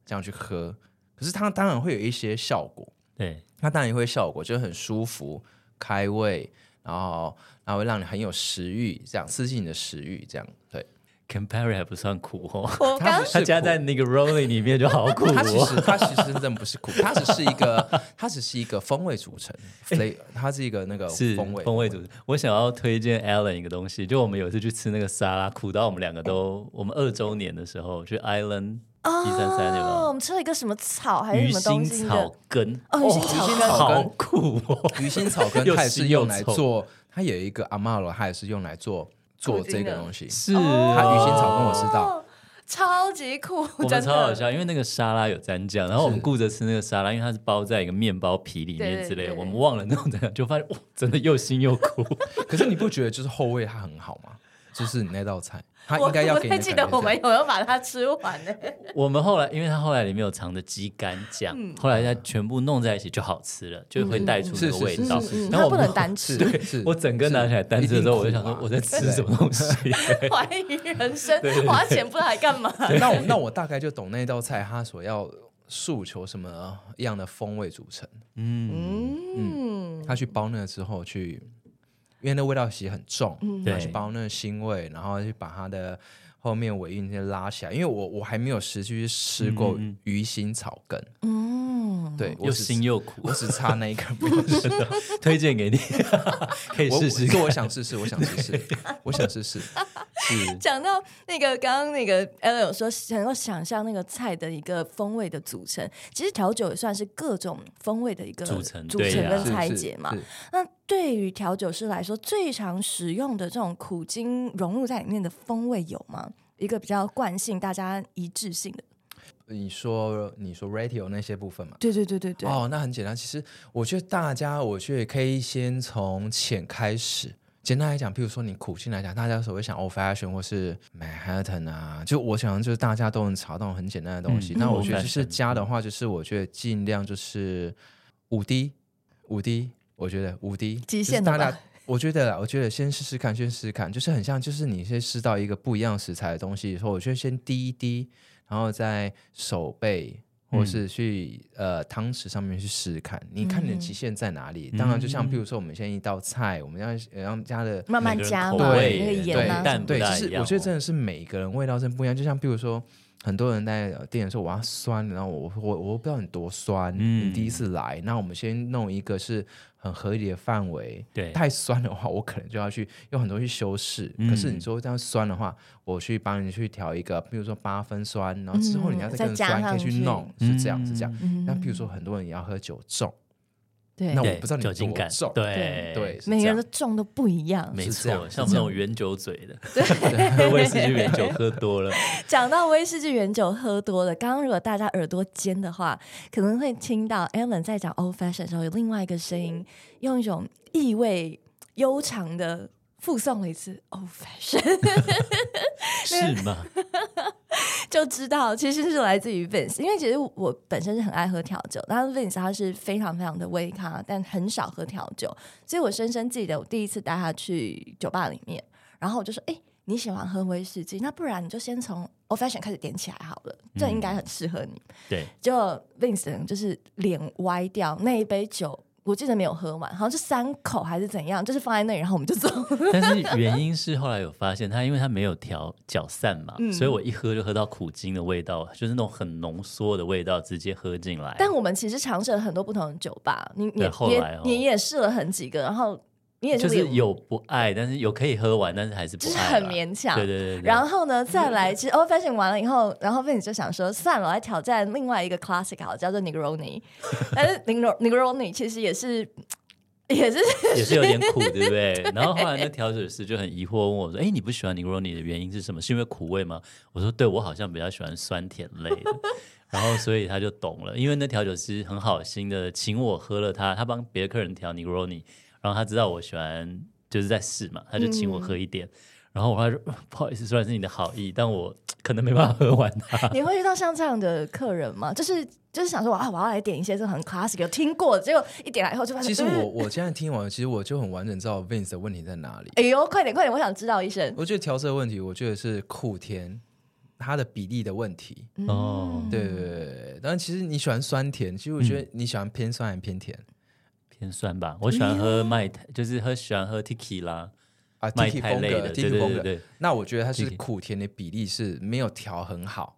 [SPEAKER 3] 这样去喝。可是它当然会有一些效果，
[SPEAKER 1] 对，
[SPEAKER 3] 它当然也会效果，就是很舒服、开胃，然后然后会让你很有食欲，这样刺激你的食欲，这样对。
[SPEAKER 1] Campari 还不算苦哦，
[SPEAKER 2] 我
[SPEAKER 3] 它
[SPEAKER 2] 刚
[SPEAKER 3] 不是
[SPEAKER 1] 它加
[SPEAKER 3] 苦
[SPEAKER 1] 在那个 Rolling 里面就好苦
[SPEAKER 3] 它其
[SPEAKER 1] 哦。
[SPEAKER 3] 实它其实真的不是苦，它只是一 个它只是一个风味组成 flavor，它是一个那个
[SPEAKER 1] 哎是
[SPEAKER 3] 风味
[SPEAKER 1] 风味组织。我想要推荐 Alan 一个东西，就我们有一次去吃那个沙拉，苦到我们两个都，我们二周年的时候去 Island 一三三有没
[SPEAKER 2] 哦，我
[SPEAKER 1] 有？
[SPEAKER 2] 们吃了一个什么草还是
[SPEAKER 1] 鱼
[SPEAKER 2] 什么东
[SPEAKER 1] 腥
[SPEAKER 2] 西
[SPEAKER 1] 草
[SPEAKER 2] 的？
[SPEAKER 1] 根，
[SPEAKER 2] 哦鱼腥草根
[SPEAKER 1] 好苦哦！
[SPEAKER 3] 鱼腥草根
[SPEAKER 1] 又
[SPEAKER 3] 它也
[SPEAKER 1] 腥
[SPEAKER 3] 是
[SPEAKER 1] 又
[SPEAKER 3] 用来
[SPEAKER 1] 臭
[SPEAKER 3] 做，它有一个阿玛罗，它也是用来做做
[SPEAKER 2] 固定
[SPEAKER 3] 这个
[SPEAKER 2] 的
[SPEAKER 3] 东西。
[SPEAKER 1] 是
[SPEAKER 3] 它鱼
[SPEAKER 1] 哦
[SPEAKER 3] 腥 草根我知道，
[SPEAKER 2] 超级酷，
[SPEAKER 1] 我们
[SPEAKER 2] 真的
[SPEAKER 1] 超好笑，因为那个沙拉有蘸酱，然后我们
[SPEAKER 3] 是
[SPEAKER 1] 顾着吃那个沙拉，因为它是包在一个面包皮里面
[SPEAKER 2] 对
[SPEAKER 1] 之类的，
[SPEAKER 2] 对
[SPEAKER 1] 我们忘了那种蘸酱，就发现哇，真的又腥又苦。
[SPEAKER 3] 可是你不觉得就是后味它很好吗？就是你那道菜，它
[SPEAKER 2] 我
[SPEAKER 3] 应该要
[SPEAKER 2] 我
[SPEAKER 3] 给你
[SPEAKER 2] 还
[SPEAKER 3] 的
[SPEAKER 2] 记
[SPEAKER 3] 感
[SPEAKER 2] 得
[SPEAKER 3] 觉
[SPEAKER 2] 我
[SPEAKER 3] 是
[SPEAKER 2] 们有没有把它吃完呢？
[SPEAKER 1] 我们后来，因为它后来里面有藏着鸡肝酱，
[SPEAKER 2] 嗯
[SPEAKER 1] 后来它全部弄在一起就好吃了，就会带出那
[SPEAKER 3] 是
[SPEAKER 1] 个
[SPEAKER 3] 是
[SPEAKER 1] 味
[SPEAKER 3] 是
[SPEAKER 1] 道
[SPEAKER 3] 是是。
[SPEAKER 1] 然后
[SPEAKER 2] 嗯它
[SPEAKER 1] 我
[SPEAKER 2] 不
[SPEAKER 1] 们
[SPEAKER 2] 能单吃，
[SPEAKER 3] 是是，
[SPEAKER 1] 我整个拿起来单吃的时候，我就想
[SPEAKER 3] 啊
[SPEAKER 1] 说我在吃什么东西。
[SPEAKER 2] 怀疑人生，花钱不知道来干嘛。
[SPEAKER 3] 那我那我大概就懂那道菜它所要诉求什么样的风味组成。
[SPEAKER 2] 嗯，
[SPEAKER 3] 它去包那个之后去，因为那味道其实很重，
[SPEAKER 2] 嗯
[SPEAKER 3] 然后去
[SPEAKER 1] 对
[SPEAKER 3] 包那个腥味，然后去把它的后面尾韵先拉起来。因为我我还没有实际去吃过鱼腥草根，
[SPEAKER 2] 嗯，
[SPEAKER 3] 对我
[SPEAKER 1] 又
[SPEAKER 3] 只
[SPEAKER 1] 腥又苦
[SPEAKER 3] 我，只差那一个，没有吃
[SPEAKER 1] 推荐给你， 可以
[SPEAKER 3] 我
[SPEAKER 1] 试试
[SPEAKER 3] 这
[SPEAKER 1] 看。
[SPEAKER 3] 我想试试，我想试试，我想试试。
[SPEAKER 1] 是
[SPEAKER 2] 讲到那个刚刚那个 a l a n 有说能够想象那个菜的一个风味的组成，其实调酒也算是各种风味的一个
[SPEAKER 1] 组成
[SPEAKER 2] 组
[SPEAKER 1] 对
[SPEAKER 2] 成
[SPEAKER 1] 呀
[SPEAKER 2] 跟
[SPEAKER 3] 是
[SPEAKER 2] 拆
[SPEAKER 3] 是
[SPEAKER 2] 解嘛。
[SPEAKER 3] 是
[SPEAKER 2] 那对于调酒师来说，最常使用的这种苦精融入在里面的风味有吗？一个比较惯性、大家一致性的？
[SPEAKER 3] 你说你说 radio 那些部分嘛？
[SPEAKER 2] 对对对对对。
[SPEAKER 3] 哦，那很简单。其实我觉得大家，我觉得可以先从浅开始。简单来讲，譬如说你苦性来讲，大家所谓想 old fashion 或是 Manhattan 啊，就我想就是大家都能查到很简单的东西。
[SPEAKER 1] 嗯
[SPEAKER 3] 那我
[SPEAKER 1] old
[SPEAKER 3] 觉得就是
[SPEAKER 1] fashioned
[SPEAKER 3] 加的话，就是我觉得尽量就是五滴，五滴，我觉得五滴
[SPEAKER 2] 极
[SPEAKER 3] 就是
[SPEAKER 2] 限了
[SPEAKER 3] 大家
[SPEAKER 2] 吧，
[SPEAKER 3] 我觉得啦，我觉得先试试看，先试试看，就是很像，就是你先试到一个不一样食材的东西以后，我觉得先滴一滴，然后在手背
[SPEAKER 2] 嗯
[SPEAKER 3] 或是去、呃汤匙上面去试试看，你看你的
[SPEAKER 2] 嗯
[SPEAKER 3] 极限在哪里？当然，就像比如说我们现在一道菜，我们要呃让加的
[SPEAKER 2] 慢慢
[SPEAKER 1] 每个人
[SPEAKER 2] 加
[SPEAKER 1] 口
[SPEAKER 2] 嘛，
[SPEAKER 3] 味
[SPEAKER 2] 那个
[SPEAKER 1] 对
[SPEAKER 2] 盐啊，
[SPEAKER 1] 淡不
[SPEAKER 3] 对，就
[SPEAKER 1] 大
[SPEAKER 3] 是
[SPEAKER 1] 一样
[SPEAKER 3] 我觉得
[SPEAKER 1] 哦
[SPEAKER 3] 真的是每个人味道真的不一样。就像比如说，很多人在呃店里说我要酸的，然后我我我不知道你多酸，
[SPEAKER 1] 嗯
[SPEAKER 3] 你第一次来，那我们先弄一个是很合理的范围。
[SPEAKER 1] 对
[SPEAKER 3] 太酸的话，我可能就要去用很多去修饰。
[SPEAKER 1] 嗯
[SPEAKER 3] 可是你说这样酸的话，我去帮你去调一个，比如说八分酸，然后之后你要
[SPEAKER 2] 再
[SPEAKER 3] 更
[SPEAKER 2] 加
[SPEAKER 3] 酸，可
[SPEAKER 2] 上
[SPEAKER 3] 以去
[SPEAKER 2] 去
[SPEAKER 3] 弄，是这样，
[SPEAKER 1] 嗯
[SPEAKER 3] 是这样。
[SPEAKER 2] 嗯
[SPEAKER 3] 那比如说很多人也要喝酒重，
[SPEAKER 2] 对
[SPEAKER 3] 那，我
[SPEAKER 1] 对
[SPEAKER 3] 不知道你
[SPEAKER 1] 酒精
[SPEAKER 3] 多
[SPEAKER 1] 感
[SPEAKER 3] 重，
[SPEAKER 1] 对
[SPEAKER 3] 对，，是
[SPEAKER 2] 每
[SPEAKER 3] 这
[SPEAKER 2] 个人
[SPEAKER 3] 样
[SPEAKER 2] 的重都不一样。
[SPEAKER 1] 没
[SPEAKER 3] 是这样
[SPEAKER 1] 错，
[SPEAKER 3] 是
[SPEAKER 1] 像我们
[SPEAKER 3] 这
[SPEAKER 1] 这
[SPEAKER 3] 样
[SPEAKER 1] 种圆酒嘴的，喝 威士忌圆酒喝多 了，
[SPEAKER 2] 讲到威士忌原酒喝多了，刚刚如果大家耳朵尖的话，可能会听到 Alan 在讲 old fashion 的时候有另外一个声音，用一种意味悠长的附送了一次 old fashion，
[SPEAKER 1] 是吗？
[SPEAKER 2] 就知道其实是来自于 Vince。因为其实我本身是很爱喝调酒，但是 Vince 他是非常非常的微咖，但很少喝调酒，所以我深深记得我第一次带他去酒吧里面，然后我就说：“哎、你喜欢喝威士忌，那不然你就先从 old fashion 开始点起来好了，这应该很适合你。
[SPEAKER 1] 对，
[SPEAKER 2] 就 Vincent 就是脸歪掉，那一杯酒我记得没有喝完，好像是三口还是怎样，就是放在那里，然后我们就走。
[SPEAKER 1] 但是原因是后来有发现，它因为它没有调搅散嘛，
[SPEAKER 3] 嗯
[SPEAKER 1] 所以我一喝就喝到苦精的味道，就是那种很浓缩的味道，直接喝进来。
[SPEAKER 2] 但我们其实尝试了很多不同的酒吧，你你
[SPEAKER 1] 对后
[SPEAKER 2] 也、
[SPEAKER 1] 来哦
[SPEAKER 2] 你也试了很几个，然后你也
[SPEAKER 1] 就是是有不爱，但是有可以喝完，但是还是不
[SPEAKER 2] 就是
[SPEAKER 1] 爱啦，
[SPEAKER 2] 很勉强。
[SPEAKER 1] 对对对对，
[SPEAKER 2] 然后呢，再来，其实 old fashion 完了以后，然后 Vince 就想说，算了，我来挑战另外一个 classic 好了，叫做 Negroni。但是 Negro- Negroni 其实也是也是
[SPEAKER 1] 也是有点苦，对不 对？然后后来那调酒师就很疑惑问我说：“哎，你不喜欢 Negroni 的原因是什么？是因为苦味吗？”我说：“对，我好像比较喜欢酸甜类 的。”然后所以他就懂了，因为那调酒师很好心的请我喝了他，他帮别的客人调 Negroni，然后他知道我喜欢就是在试嘛，他就请我喝一点。然后我后来说呃不好意思，虽然是你的好意，但我可能没办法喝完 它。
[SPEAKER 2] 你会遇到像这样的客人吗？就是就是想说，啊，我要来点一些这种很 classic 有听过的，结果一点来以后就发现，
[SPEAKER 3] 其实
[SPEAKER 2] 嗯
[SPEAKER 3] 我 我现在听完，其实我就很完整知道 Vince 的问题在哪里。
[SPEAKER 2] 哎呦，快点快点，我想知道医生。
[SPEAKER 3] 我觉得调色问题，我觉得是酷甜它的比例的问题。
[SPEAKER 2] 嗯
[SPEAKER 1] 哦，
[SPEAKER 3] 对对对对，但其实你喜欢酸甜，其实我
[SPEAKER 1] 嗯
[SPEAKER 3] 觉得你喜欢偏酸还是偏甜？
[SPEAKER 1] 偏酸吧，我喜欢喝麦，就是喝喜欢喝 Tiki 啦。
[SPEAKER 3] 啊
[SPEAKER 1] 麦
[SPEAKER 3] Tiki
[SPEAKER 1] 太
[SPEAKER 3] 风
[SPEAKER 1] 类
[SPEAKER 3] 格
[SPEAKER 1] 的，对
[SPEAKER 3] Tiki
[SPEAKER 1] 对
[SPEAKER 3] 风
[SPEAKER 1] 对
[SPEAKER 3] 格，
[SPEAKER 1] 对，
[SPEAKER 3] 那我觉得它是
[SPEAKER 1] Tiki
[SPEAKER 3] 苦甜的比例是没有调很好，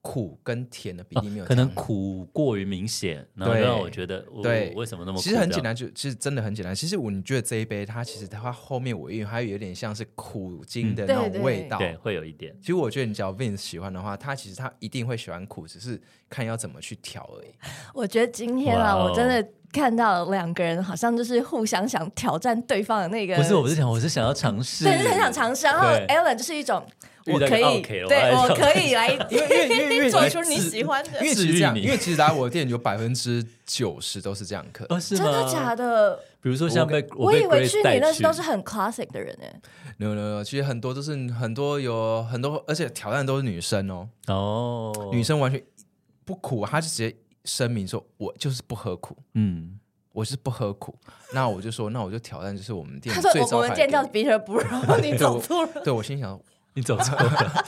[SPEAKER 3] 苦跟甜的比
[SPEAKER 1] 哦
[SPEAKER 3] 例没有、
[SPEAKER 1] 可能。苦过于明显，然后
[SPEAKER 3] 对
[SPEAKER 1] 让我觉得我
[SPEAKER 3] 对
[SPEAKER 1] 我为什么那么苦
[SPEAKER 3] 其实很
[SPEAKER 1] 这
[SPEAKER 3] 简
[SPEAKER 1] 样
[SPEAKER 3] 单，就其实真的很简单。其实我你觉得这一杯它其实它后面我因为它有点像是苦精的
[SPEAKER 2] 嗯
[SPEAKER 3] 那
[SPEAKER 2] 对对
[SPEAKER 3] 种味道。
[SPEAKER 1] 对，会有一点。
[SPEAKER 3] 其实我觉得你只要 Vince 喜欢的话，他其实他一定会喜欢苦，只是看要怎么去调 而已。
[SPEAKER 2] 我觉得今天啊，
[SPEAKER 1] 哇哦
[SPEAKER 2] 我真的看到两个人好像就是互相想挑战对方的那个，
[SPEAKER 1] 不是，我不是想，我是想要尝试，
[SPEAKER 2] 对，就是很想尝试。然后
[SPEAKER 1] 对
[SPEAKER 2] Alan 就是一种，
[SPEAKER 1] 遇
[SPEAKER 2] 我
[SPEAKER 1] 到一个
[SPEAKER 2] 可以，
[SPEAKER 1] OK 了
[SPEAKER 2] 对
[SPEAKER 1] 我
[SPEAKER 2] 我
[SPEAKER 1] 还
[SPEAKER 2] 可以来
[SPEAKER 3] 因为因为因为因为
[SPEAKER 2] 做出你喜欢的
[SPEAKER 3] 因，为
[SPEAKER 1] 治
[SPEAKER 3] 其实这样，
[SPEAKER 1] 愈你
[SPEAKER 3] 因为其实来我的店有百分之九十都是这样客。
[SPEAKER 1] 哦，是
[SPEAKER 2] 真
[SPEAKER 1] 吗？
[SPEAKER 2] 的假的？
[SPEAKER 1] 比如说像被
[SPEAKER 2] 我
[SPEAKER 1] 被
[SPEAKER 2] 以为
[SPEAKER 1] Grace
[SPEAKER 2] 去
[SPEAKER 1] 带
[SPEAKER 2] 你那
[SPEAKER 1] 去
[SPEAKER 2] 都是很 classic 的人哎，
[SPEAKER 3] no no no，其实很多都是很多有很多，而且挑战都是女生哦，
[SPEAKER 1] 哦，
[SPEAKER 3] 女生完全不苦，她就直接声明说：“我就是不喝苦，
[SPEAKER 1] 嗯，
[SPEAKER 3] 我是不喝苦。”那我就说：“那我就挑战，就是我们店
[SPEAKER 2] 他
[SPEAKER 3] 最
[SPEAKER 2] 说
[SPEAKER 3] 招
[SPEAKER 2] 我我们见到彼得不容，你走错了。
[SPEAKER 3] 对我心 想，
[SPEAKER 1] 你 走错了，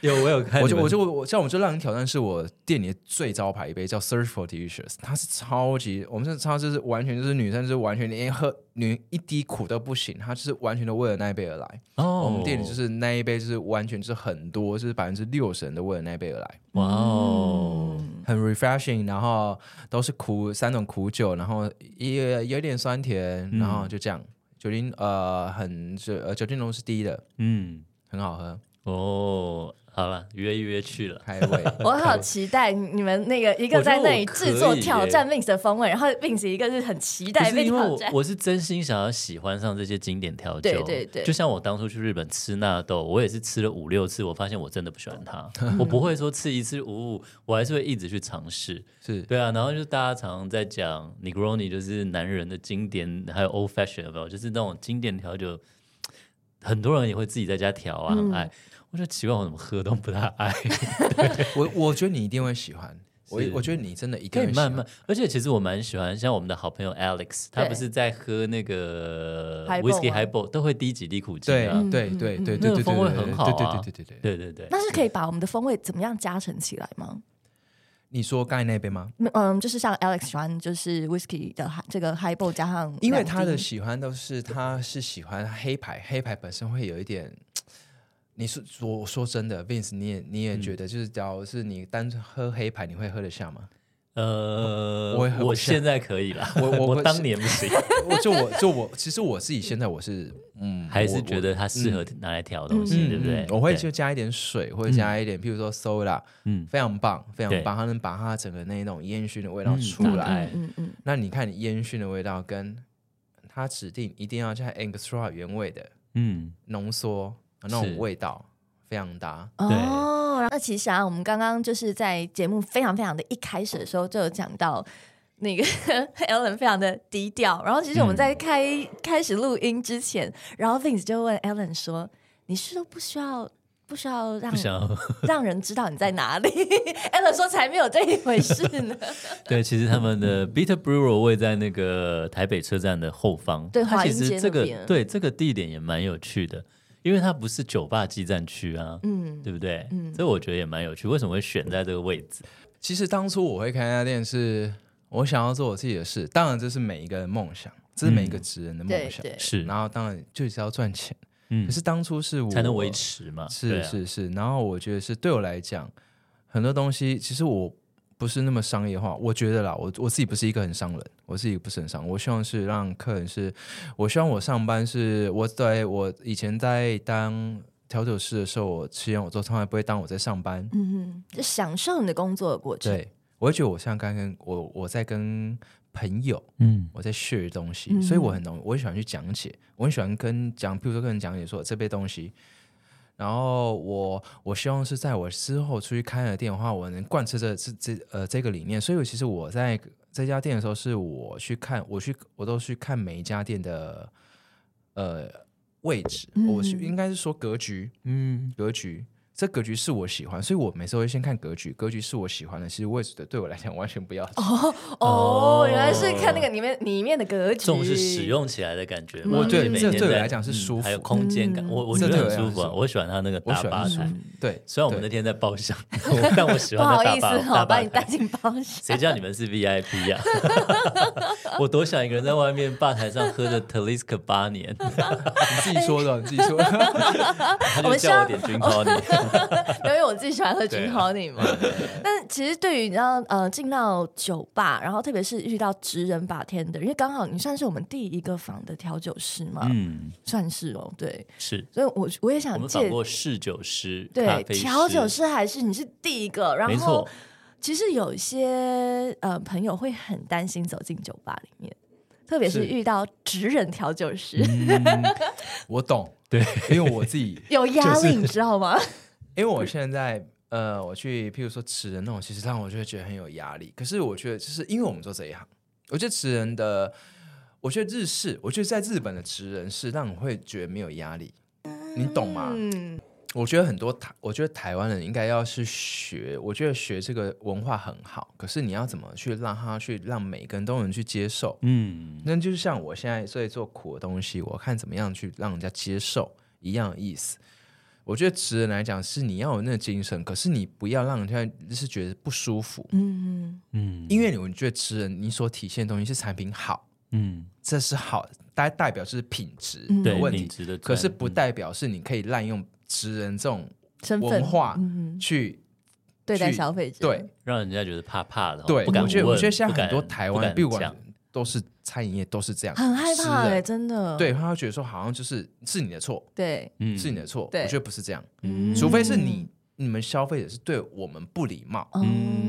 [SPEAKER 1] 有我有看
[SPEAKER 3] 我
[SPEAKER 1] 你
[SPEAKER 3] 就
[SPEAKER 1] 们，
[SPEAKER 3] 我就我像我就让你挑战，是我店里的最招牌一杯叫 Search for Delicious，它是超级，我们是超就是完全就是女生就是完全连喝女一滴苦都不行，她就是完全都为了那一杯而来。
[SPEAKER 1] 哦，
[SPEAKER 3] 我们店里就是那一杯就是完全就是很多，就是百分之六十人都为了那一杯而来。
[SPEAKER 1] 哇哦，
[SPEAKER 2] 嗯
[SPEAKER 3] 很 refreshing，然后都是苦三种苦酒，然后也有点酸甜，然后就这样。酒精呃很酒呃酒精浓度是低的，
[SPEAKER 1] 嗯，
[SPEAKER 3] 很好喝，
[SPEAKER 1] 哦，好了，约一约去了，
[SPEAKER 3] 开胃。
[SPEAKER 2] 我好期待你们那个一个在那里制
[SPEAKER 1] 我觉得我
[SPEAKER 2] 作
[SPEAKER 1] 可以
[SPEAKER 2] 挑战 Vince 的风味，然后 Vince 一个是很期待
[SPEAKER 1] 不是
[SPEAKER 2] 被
[SPEAKER 1] 因为
[SPEAKER 2] 挑
[SPEAKER 1] 我
[SPEAKER 2] 战。
[SPEAKER 1] 我是真心想要喜欢上这些经典调酒，
[SPEAKER 2] 对对对
[SPEAKER 1] 就像我当初去日本吃纳豆，我也是吃了五六次，我发现我真的不喜欢 它，我不会说吃一次五五，我还是会一直去尝试。
[SPEAKER 3] 是
[SPEAKER 1] 对啊，然后就大家常常在讲 Negroni 就是男人的经典，还有 Old Fashion 有没有？就是那种经典调酒，很多人也会自己在家调啊，
[SPEAKER 2] 嗯
[SPEAKER 1] 很爱。我觉得奇怪，我怎么喝都不大爱。
[SPEAKER 3] 我我觉得你一定会喜欢，我
[SPEAKER 1] 是
[SPEAKER 3] 我觉得你真的一
[SPEAKER 1] 可
[SPEAKER 3] 定
[SPEAKER 1] 以
[SPEAKER 3] 会喜欢
[SPEAKER 1] 慢慢，而且其实我蛮喜欢，像我们的好朋友 Alex，他
[SPEAKER 2] 对
[SPEAKER 1] 不是在喝那个
[SPEAKER 2] Highball
[SPEAKER 1] whisky
[SPEAKER 2] 吗
[SPEAKER 1] highball 都会滴几滴苦精
[SPEAKER 3] 对
[SPEAKER 1] 啊。
[SPEAKER 3] 对
[SPEAKER 2] 嗯
[SPEAKER 3] 对
[SPEAKER 2] 嗯
[SPEAKER 1] 那
[SPEAKER 3] 对对
[SPEAKER 1] 个
[SPEAKER 3] 对对，
[SPEAKER 1] 风味很好啊
[SPEAKER 3] 对对对对对
[SPEAKER 1] 对
[SPEAKER 3] 对。
[SPEAKER 1] 对对，
[SPEAKER 2] 那是可以把我们的风味怎么样加成起来吗？
[SPEAKER 3] 你说刚才那杯吗？
[SPEAKER 2] 嗯嗯，就是像 Alex 喜欢就是 whisky 的这个 highball 加上两滴，
[SPEAKER 3] 因为他的喜欢都是他是喜欢黑牌，黑牌本身会有一点。你是我说真的，Vince，你也你也觉得，就是假如是你单纯喝黑牌，你会喝得下吗？
[SPEAKER 1] 呃，
[SPEAKER 3] 我也很
[SPEAKER 1] 我
[SPEAKER 3] 我现
[SPEAKER 1] 现在可以了，
[SPEAKER 3] 我我
[SPEAKER 1] 我当年不行，
[SPEAKER 3] 我就我就我，其实我自己现在我是嗯，
[SPEAKER 1] 还
[SPEAKER 3] 我
[SPEAKER 1] 是觉得它适合拿来调东
[SPEAKER 3] 我
[SPEAKER 1] 西，对不对
[SPEAKER 3] 嗯？我会
[SPEAKER 1] 对
[SPEAKER 3] 就加一点水，或者加一点，譬如说 soda，
[SPEAKER 1] 嗯
[SPEAKER 3] 非常棒，非
[SPEAKER 1] 对
[SPEAKER 3] 常棒，它能把它整个那一种烟熏的味道
[SPEAKER 1] 嗯
[SPEAKER 3] 出
[SPEAKER 1] 打开
[SPEAKER 3] 来。
[SPEAKER 2] 嗯嗯嗯，
[SPEAKER 3] 那你看你烟熏的味道，跟它指定一定要加 extra 原味的
[SPEAKER 1] 嗯，
[SPEAKER 3] 浓缩那种
[SPEAKER 1] 是
[SPEAKER 3] 味道，非常搭。
[SPEAKER 1] 对
[SPEAKER 2] 哦，然后那其实啊，我们刚刚就是在节目非常非常的一开始的时候就有讲到。那个 Alan 非常的低调，然后其实我们
[SPEAKER 1] 嗯
[SPEAKER 2] 在开、开始录音之前，然后 Vince 就问 Alan 说：“你是都不需要不需要让
[SPEAKER 1] 不想要
[SPEAKER 2] 让人知道你在哪里 ？”Alan 说：“才没有这一回事 呢。
[SPEAKER 1] 对，其实他们的
[SPEAKER 3] 嗯
[SPEAKER 1] Bitter Brewer 位在那个台北车站的后方，
[SPEAKER 2] 对
[SPEAKER 1] 它
[SPEAKER 2] 华
[SPEAKER 1] 其
[SPEAKER 2] 阴街
[SPEAKER 1] 实这
[SPEAKER 2] 那
[SPEAKER 1] 个
[SPEAKER 2] 边
[SPEAKER 1] 对这个地点也蛮有趣的，因为它不是酒吧基站区啊”，
[SPEAKER 2] 嗯，
[SPEAKER 1] 对不对？所以我觉得也蛮有趣，为什么会选在这个位置？
[SPEAKER 3] 其实当初我会开那家店是，我想要做我自己的事，当然这是每一个人梦想，这是每
[SPEAKER 1] 嗯
[SPEAKER 3] 一个职人的
[SPEAKER 2] 对
[SPEAKER 3] 梦想。
[SPEAKER 2] 对，
[SPEAKER 1] 是，
[SPEAKER 3] 然后当然就是要赚钱，
[SPEAKER 1] 嗯
[SPEAKER 3] 可，是当初是我
[SPEAKER 1] 才能维持嘛，对
[SPEAKER 3] 是
[SPEAKER 1] 啊，
[SPEAKER 3] 是是，然后我觉得是对我来讲，很多东西其实我不是那么商业化。我觉得啦，我我自己不是一个很商人，我自己不是很商。我希望是让客人是，我希望我上班是我在我以前在当调酒师的时候，我其实我都从来不会当我在上班，
[SPEAKER 2] 嗯哼，就享受你的工作的过程。
[SPEAKER 3] 对我会觉得我像刚跟我我在跟朋友
[SPEAKER 1] 嗯
[SPEAKER 3] 我在 share 东西，
[SPEAKER 2] 嗯
[SPEAKER 3] 所以我很懂，我很喜欢去讲解，我很喜欢跟讲，譬如说跟人讲解说这杯东西，然后我我希望是在我之后出去开了店的话，我能贯彻这这这呃这个理念，所以我其实我在这家店的时候，是我去看，我去我都去看每一家店的呃位置，
[SPEAKER 2] 嗯
[SPEAKER 3] 我是应该是说格局
[SPEAKER 1] 嗯，
[SPEAKER 3] 格局。这格局是我喜欢，所以我每次会先看格局，格局是我喜欢的，其实位置的对我来讲完全不要紧。
[SPEAKER 1] 哦
[SPEAKER 2] 哦，原来是看那个里面里面的格局，
[SPEAKER 1] 重视使用起来的感觉嘛。
[SPEAKER 3] 我
[SPEAKER 1] 就是
[SPEAKER 3] 对
[SPEAKER 1] 每
[SPEAKER 3] 这
[SPEAKER 1] 天
[SPEAKER 3] 对我
[SPEAKER 1] 在
[SPEAKER 3] 来讲是
[SPEAKER 1] 嗯
[SPEAKER 3] 舒
[SPEAKER 1] 还有
[SPEAKER 3] 服
[SPEAKER 1] 空间感，
[SPEAKER 2] 嗯
[SPEAKER 1] 我我
[SPEAKER 3] 这
[SPEAKER 1] 觉
[SPEAKER 3] 对
[SPEAKER 1] 得
[SPEAKER 3] 我来
[SPEAKER 1] 很舒
[SPEAKER 3] 讲
[SPEAKER 1] 服啊，
[SPEAKER 3] 是
[SPEAKER 1] 我喜欢它那个
[SPEAKER 3] 我
[SPEAKER 1] 大
[SPEAKER 3] 喜欢
[SPEAKER 1] 吧
[SPEAKER 3] 是
[SPEAKER 1] 台。
[SPEAKER 3] 对，
[SPEAKER 1] 虽然我们那
[SPEAKER 3] 对
[SPEAKER 1] 天在包厢， 但我喜
[SPEAKER 2] 不
[SPEAKER 1] 欢它
[SPEAKER 2] 好
[SPEAKER 1] 大
[SPEAKER 2] 意思
[SPEAKER 1] 吧
[SPEAKER 2] 哈，
[SPEAKER 1] 大
[SPEAKER 2] 把
[SPEAKER 1] 吧
[SPEAKER 2] 你带
[SPEAKER 1] 台。
[SPEAKER 2] 进包厢。
[SPEAKER 1] 谁叫你们是 VIP 呀、 我多想一个人在外面吧台上喝着 Taliska 八 年，
[SPEAKER 3] 你自己说的，你自己说的。
[SPEAKER 1] 他
[SPEAKER 2] 我
[SPEAKER 1] 就
[SPEAKER 2] 们
[SPEAKER 1] 叫我
[SPEAKER 2] 上
[SPEAKER 1] 点军高你。
[SPEAKER 2] 因为我自己喜欢喝
[SPEAKER 3] 对
[SPEAKER 2] 君
[SPEAKER 3] 啊
[SPEAKER 2] 豪你嘛。
[SPEAKER 1] 啊
[SPEAKER 2] 但其实对于你知道呃进到酒吧，然后特别是遇到职人把天的，因为刚好你算是我们第一个访的调酒师嘛，
[SPEAKER 1] 嗯，
[SPEAKER 2] 算是哦，对。
[SPEAKER 1] 是
[SPEAKER 2] 所以我我也
[SPEAKER 1] 我
[SPEAKER 2] 想
[SPEAKER 1] 们访
[SPEAKER 2] 啊借
[SPEAKER 1] 过侍酒师、咖
[SPEAKER 2] 对
[SPEAKER 1] 啡
[SPEAKER 2] 调酒，师还是你是第一个，然
[SPEAKER 1] 没
[SPEAKER 2] 后
[SPEAKER 1] 错。
[SPEAKER 2] 其实有些呃朋友会很担心走进酒吧里面。特别是
[SPEAKER 3] 是嗯
[SPEAKER 2] 遇到职人调酒师，
[SPEAKER 3] 我懂，
[SPEAKER 1] 对，
[SPEAKER 3] 因为我自己，
[SPEAKER 2] 有压
[SPEAKER 3] 就
[SPEAKER 2] 力，
[SPEAKER 3] 是
[SPEAKER 2] 你知道吗？
[SPEAKER 3] 因为我现在呃，我去譬如说吃人那种，其实让我就会觉得很有压力。可是我觉得，就是因为我们做这一行，我觉得吃人的，我觉得日式，我觉得在日本的吃人是让你会觉得没有压力，你懂吗？
[SPEAKER 2] 嗯，
[SPEAKER 3] 我觉得很多台，我觉得台湾人应该要是学，我觉得学这个文化很好，可是你要怎么去让他去让每个人都能去接受？
[SPEAKER 1] 嗯，
[SPEAKER 3] 那就是像我现在在做苦的东西，我看怎么样去让人家接受一样的意思。我觉得职人来讲是你要有那个精神，可是你不要让人家就是觉得不舒服，
[SPEAKER 2] 嗯，
[SPEAKER 3] 因为我觉得职人你所体现的东西是产品好，
[SPEAKER 1] 嗯，
[SPEAKER 3] 这是好，代代表是品质
[SPEAKER 2] 嗯
[SPEAKER 3] 的
[SPEAKER 1] 对，
[SPEAKER 3] 问
[SPEAKER 1] 品
[SPEAKER 3] 题，
[SPEAKER 1] 质的赚，
[SPEAKER 3] 可是不
[SPEAKER 1] 嗯
[SPEAKER 3] 代表是你可以滥用职人这种
[SPEAKER 2] 身份
[SPEAKER 3] 文化
[SPEAKER 2] 嗯，
[SPEAKER 3] 去
[SPEAKER 2] 对待
[SPEAKER 3] 去
[SPEAKER 2] 消费者，
[SPEAKER 3] 对
[SPEAKER 1] 让人家觉得怕怕的哦，
[SPEAKER 3] 对，
[SPEAKER 1] 不敢
[SPEAKER 3] 我觉得我
[SPEAKER 1] 问
[SPEAKER 3] 觉得现
[SPEAKER 1] 不
[SPEAKER 3] 在很多
[SPEAKER 1] 敢
[SPEAKER 3] 台
[SPEAKER 1] 不
[SPEAKER 3] 湾
[SPEAKER 1] 敢
[SPEAKER 3] 闭馆
[SPEAKER 1] 讲
[SPEAKER 3] 都是餐饮业都是这样，
[SPEAKER 2] 很害怕
[SPEAKER 3] 吃
[SPEAKER 2] 哎、
[SPEAKER 3] 人
[SPEAKER 2] 真的。
[SPEAKER 3] 对，他会觉得说好像就是是你的错，
[SPEAKER 2] 对，
[SPEAKER 1] 嗯
[SPEAKER 3] 是你的错，
[SPEAKER 2] 对
[SPEAKER 3] 我觉得不是这样，
[SPEAKER 2] 嗯
[SPEAKER 3] 除非是你你们消费者是对我们不礼貌，
[SPEAKER 1] 嗯
[SPEAKER 2] 哦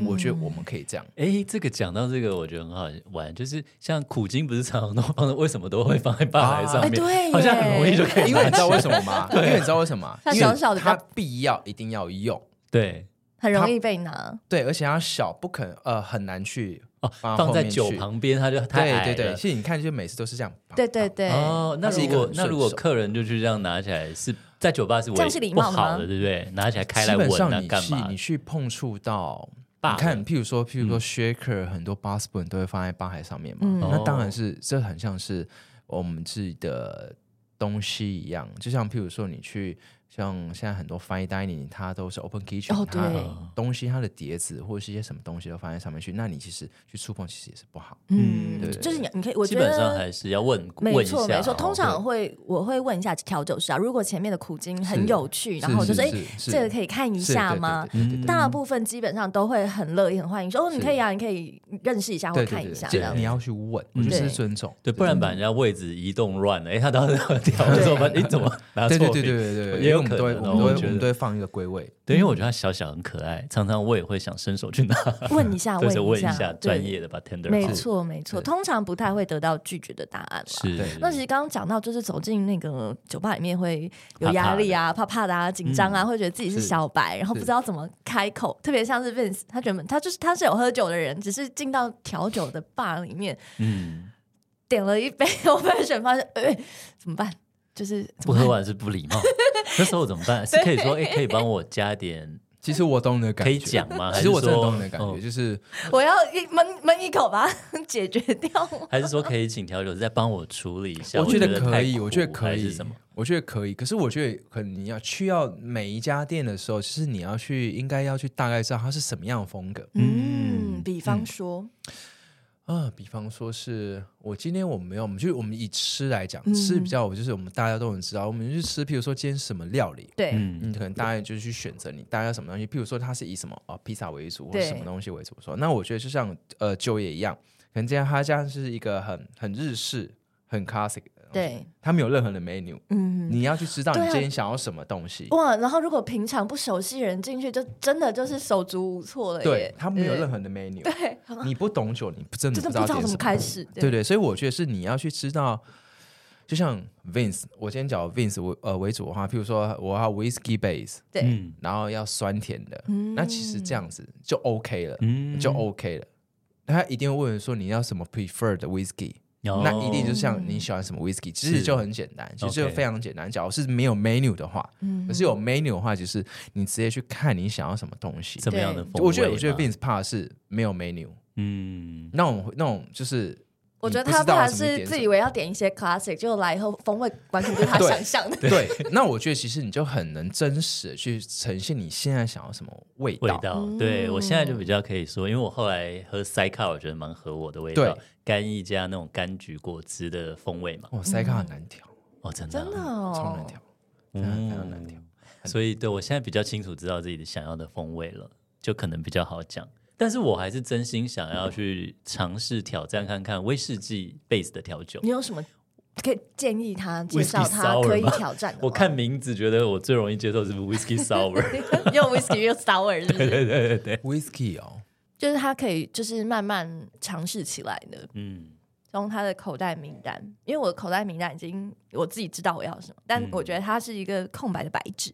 [SPEAKER 3] 我觉得我们可以这样。
[SPEAKER 1] 哎，这个讲到这个，我觉得很好玩，就是像苦精不是常常都放在，为什么都会放在吧台上
[SPEAKER 2] 哎、
[SPEAKER 1] 面？
[SPEAKER 2] 对，
[SPEAKER 1] 好像很容易就。可以
[SPEAKER 3] 啊因为你知道为什么 吗？因为你知道为什么吗？
[SPEAKER 2] 它
[SPEAKER 3] 因为
[SPEAKER 2] 小小的比较
[SPEAKER 3] 它必要一定要用，
[SPEAKER 1] 对
[SPEAKER 2] 很容易被拿。
[SPEAKER 3] 对，而且它小不肯呃很难去
[SPEAKER 1] 哦，
[SPEAKER 3] 放
[SPEAKER 1] 放
[SPEAKER 3] 后
[SPEAKER 1] 在
[SPEAKER 3] 面
[SPEAKER 1] 酒
[SPEAKER 3] 去
[SPEAKER 1] 旁边，它就太矮
[SPEAKER 3] 对对对，
[SPEAKER 1] 了
[SPEAKER 3] 其实你看就每次都是这样，
[SPEAKER 2] 对对对，
[SPEAKER 1] 哦，那
[SPEAKER 3] 它是
[SPEAKER 1] 如
[SPEAKER 3] 一个
[SPEAKER 1] 果
[SPEAKER 3] 很
[SPEAKER 1] 那
[SPEAKER 3] 顺
[SPEAKER 1] 如果
[SPEAKER 3] 手
[SPEAKER 1] 客人就去这样拿起来，是在酒吧是
[SPEAKER 2] 这
[SPEAKER 1] 为
[SPEAKER 2] 样是礼
[SPEAKER 1] 不
[SPEAKER 2] 貌的
[SPEAKER 1] 好
[SPEAKER 2] 吗
[SPEAKER 1] 的，对不对？拿起来开来
[SPEAKER 3] 基本
[SPEAKER 1] 闻啊
[SPEAKER 3] 上，你
[SPEAKER 1] 干
[SPEAKER 3] 去
[SPEAKER 1] 嘛嗯
[SPEAKER 3] 你？去碰触到，
[SPEAKER 1] 霸
[SPEAKER 3] 你看，
[SPEAKER 1] 凌
[SPEAKER 3] 譬如说，譬如说 shaker，、很多 b o s p o n 都会放在吧台上面嘛，
[SPEAKER 2] 嗯
[SPEAKER 3] 那当
[SPEAKER 1] 哦
[SPEAKER 3] 然是这很像是我们自己的东西一样，就像譬如说你去。像现在很多 fine dining，它都是 open kitchen，、
[SPEAKER 2] 哦
[SPEAKER 3] 它
[SPEAKER 2] 对
[SPEAKER 3] 东西它的碟子或者是一些什么东西都放在上面去，那你其实去触碰其实也是不好。
[SPEAKER 2] 嗯，
[SPEAKER 3] 对对对
[SPEAKER 2] 就是你，你可以，我
[SPEAKER 1] 基
[SPEAKER 2] 觉
[SPEAKER 1] 本上
[SPEAKER 2] 得。
[SPEAKER 1] 还是要问
[SPEAKER 2] 没
[SPEAKER 1] 问一下
[SPEAKER 2] 错，
[SPEAKER 1] 哦，
[SPEAKER 2] 没错。通常
[SPEAKER 3] 对
[SPEAKER 2] 会，我会问一下调酒师啊。如果前面的苦精很
[SPEAKER 3] 是
[SPEAKER 2] 有趣，然后我就
[SPEAKER 3] 是
[SPEAKER 2] 说：“哎
[SPEAKER 3] 是，是
[SPEAKER 2] 这个可以看一
[SPEAKER 3] 是
[SPEAKER 2] 下
[SPEAKER 3] 对对
[SPEAKER 2] 吗
[SPEAKER 3] 对对对
[SPEAKER 1] 嗯
[SPEAKER 3] 对
[SPEAKER 2] 大部分基本上都会很乐意、很欢迎，说：“哦，你
[SPEAKER 3] 是
[SPEAKER 2] 可以啊，你可以认识一下或
[SPEAKER 3] 对对
[SPEAKER 2] 看
[SPEAKER 3] 对
[SPEAKER 2] 一下。”这
[SPEAKER 3] 对，
[SPEAKER 2] 样嗯
[SPEAKER 3] 这你要去问，我觉得这是尊重，
[SPEAKER 1] 对，不然把人家位置移动乱了，哎，他到时 候调的时候把，你怎么拿
[SPEAKER 3] 对
[SPEAKER 1] 错
[SPEAKER 3] 对
[SPEAKER 1] 笔？
[SPEAKER 3] 对对对对对，
[SPEAKER 1] 也有
[SPEAKER 3] 因为我们
[SPEAKER 1] 可
[SPEAKER 3] 都会
[SPEAKER 1] 能
[SPEAKER 3] 我
[SPEAKER 1] 哦
[SPEAKER 3] 们都
[SPEAKER 1] 我
[SPEAKER 3] 会
[SPEAKER 1] 觉
[SPEAKER 3] 我们
[SPEAKER 1] 得
[SPEAKER 3] 都会放一个归位，
[SPEAKER 1] 对，因为我觉得他小小很可爱，常常我也会想伸手去拿，
[SPEAKER 2] 问一 下，
[SPEAKER 1] 就是
[SPEAKER 2] 问
[SPEAKER 1] 问一下
[SPEAKER 2] 对
[SPEAKER 1] 专业的 bartender
[SPEAKER 2] 没
[SPEAKER 1] 好
[SPEAKER 2] 错，没错，
[SPEAKER 3] 对
[SPEAKER 2] 通常不太会得到拒绝的答案啦。
[SPEAKER 1] 是
[SPEAKER 3] 对
[SPEAKER 2] 那其实刚刚讲到，就是走进那个酒吧里面会有压力啊、怕怕的啊、紧张啊，会觉得自己是小白，然后不知道怎么开口。特别像是 Vince，他原本他就是他是有喝酒的人，只是进到调酒的吧里面
[SPEAKER 1] 嗯，
[SPEAKER 2] 点了一杯 operation，发现哎怎么办？就是
[SPEAKER 1] 不喝完是不礼 貌。那时候怎么办？是可以说，哎，可以帮我加点，
[SPEAKER 3] 其实我懂你的感
[SPEAKER 1] 可
[SPEAKER 3] 觉，
[SPEAKER 1] 以讲吗？还
[SPEAKER 3] 其
[SPEAKER 1] 是
[SPEAKER 3] 实我真的
[SPEAKER 1] 说
[SPEAKER 3] 懂你的感觉，
[SPEAKER 1] 哦
[SPEAKER 3] 就是
[SPEAKER 2] 我要一闷闷一口把它解决掉。
[SPEAKER 1] 还是说可以请调酒师再帮我处理一下？
[SPEAKER 3] 我觉得
[SPEAKER 1] 得
[SPEAKER 3] 可
[SPEAKER 1] 太
[SPEAKER 3] 以，
[SPEAKER 1] 苦
[SPEAKER 3] 我觉得
[SPEAKER 1] 还
[SPEAKER 3] 可
[SPEAKER 1] 是
[SPEAKER 3] 以
[SPEAKER 1] 什么？，
[SPEAKER 3] 我觉得可以。可是我觉得可能你要去到每一家店的时候，其实你要去应该要去大概知道它是什么样的风格
[SPEAKER 2] 嗯，比方说，
[SPEAKER 3] 啊。比方说是我今天我们没有，我们就我们以吃来讲，
[SPEAKER 2] 嗯
[SPEAKER 3] 吃比较我就是我们大家都能知道，我们去吃，譬如说今天是什么料理。
[SPEAKER 2] 对，
[SPEAKER 1] 嗯，
[SPEAKER 3] 你可能大概就是去选择你大家什么东西，譬如说它是以什么啊、呃披萨为主，或
[SPEAKER 2] 对
[SPEAKER 3] 者什么东西为主。说那我觉得就像呃酒也一样，可能今天它这样是一个很很日式、很 classic 的东西，
[SPEAKER 2] 对，
[SPEAKER 3] 它没有任何的 menu，
[SPEAKER 2] 嗯。
[SPEAKER 3] 你要去知道你
[SPEAKER 2] 对啊
[SPEAKER 3] 今天想要什么东西。
[SPEAKER 2] 哇！然后如果平常不熟悉的人进去，就真的就是手足无措了
[SPEAKER 3] 对
[SPEAKER 2] 耶，。
[SPEAKER 3] 它没有任
[SPEAKER 2] 何
[SPEAKER 3] 何的 menu，
[SPEAKER 2] 对，啊
[SPEAKER 3] 你不懂酒，你不真的
[SPEAKER 2] 真的不
[SPEAKER 3] 不知
[SPEAKER 2] 知道
[SPEAKER 3] 道点
[SPEAKER 2] 怎
[SPEAKER 3] 什
[SPEAKER 2] 么
[SPEAKER 3] 么。
[SPEAKER 2] 开始。
[SPEAKER 3] 对对，所以我觉得是你要去知道，就像 Vince，我今天讲 Vince 为呃为主的话，譬如说我要 Whisky base，
[SPEAKER 2] 对，
[SPEAKER 1] 嗯
[SPEAKER 3] 然后要酸甜的，
[SPEAKER 2] 嗯
[SPEAKER 3] 那其实这样子就 OK 了，
[SPEAKER 1] 嗯
[SPEAKER 3] 就 OK 了。那他一定会问说你要什么 prefer 的 whisky，
[SPEAKER 1] 哦
[SPEAKER 3] 那一定就是像你喜欢什么 whisky，其实
[SPEAKER 1] 是
[SPEAKER 3] 就很简单，其实就
[SPEAKER 1] OK
[SPEAKER 3] 非常简单。假如是没有 menu 的话，
[SPEAKER 2] 嗯
[SPEAKER 3] 可是有 menu 的话，就是你直接去看你想要什么东西。
[SPEAKER 1] 怎么样的风
[SPEAKER 2] 对
[SPEAKER 1] 味嘛？
[SPEAKER 3] 我觉得，我觉得 Vince 怕的是没有 menu
[SPEAKER 1] 嗯，
[SPEAKER 3] 那种那种就是，
[SPEAKER 2] 我觉得
[SPEAKER 3] 你不
[SPEAKER 2] 他
[SPEAKER 3] 知道
[SPEAKER 2] 怕
[SPEAKER 3] 什么
[SPEAKER 2] 是
[SPEAKER 3] 点
[SPEAKER 2] 自
[SPEAKER 3] 什
[SPEAKER 2] 以
[SPEAKER 3] 么
[SPEAKER 2] 为要点一些 classic，就来以后风味完全不是他
[SPEAKER 3] 对
[SPEAKER 2] 想象的。
[SPEAKER 3] 对。那我觉得其实你就很能真实的去呈现你现在想要什么味
[SPEAKER 1] 味
[SPEAKER 3] 道。
[SPEAKER 1] 道。
[SPEAKER 2] 嗯
[SPEAKER 1] 对我现在就比较可以说，因为我后来喝塞卡，我觉得蛮合我的味道
[SPEAKER 3] 对，
[SPEAKER 1] 干邑加那种柑橘果汁的风味嘛。
[SPEAKER 3] 哦，塞
[SPEAKER 2] 嗯
[SPEAKER 3] 卡很难调，
[SPEAKER 1] 哦，真的啊，
[SPEAKER 2] 真的
[SPEAKER 3] 超
[SPEAKER 2] 哦
[SPEAKER 3] 难，调。非常难调
[SPEAKER 1] 嗯，所以对我现在比较清楚知道自己的想要的风味了，就可能比较好讲。但是我还是真心想要去尝试挑战看看威士忌 base 的调酒
[SPEAKER 3] 嗯
[SPEAKER 2] 你。有什么可以建议他、介
[SPEAKER 1] Whisky
[SPEAKER 2] 绍他
[SPEAKER 1] sour
[SPEAKER 2] 可以
[SPEAKER 1] 吗
[SPEAKER 2] 挑战的吗？
[SPEAKER 1] 我 看名字觉得我最容易接受是 whisky sour，嗯
[SPEAKER 2] 又 whisky 又 sour，是不 是？
[SPEAKER 3] 嗯 Whisky 哦，
[SPEAKER 2] 就是他可以就是慢慢尝试起来的，
[SPEAKER 1] 嗯，
[SPEAKER 2] 从他的口袋名单，因为我的口袋名单已经我自己知道我要什么，
[SPEAKER 1] 嗯
[SPEAKER 2] 但我觉得它是一个空白的白纸，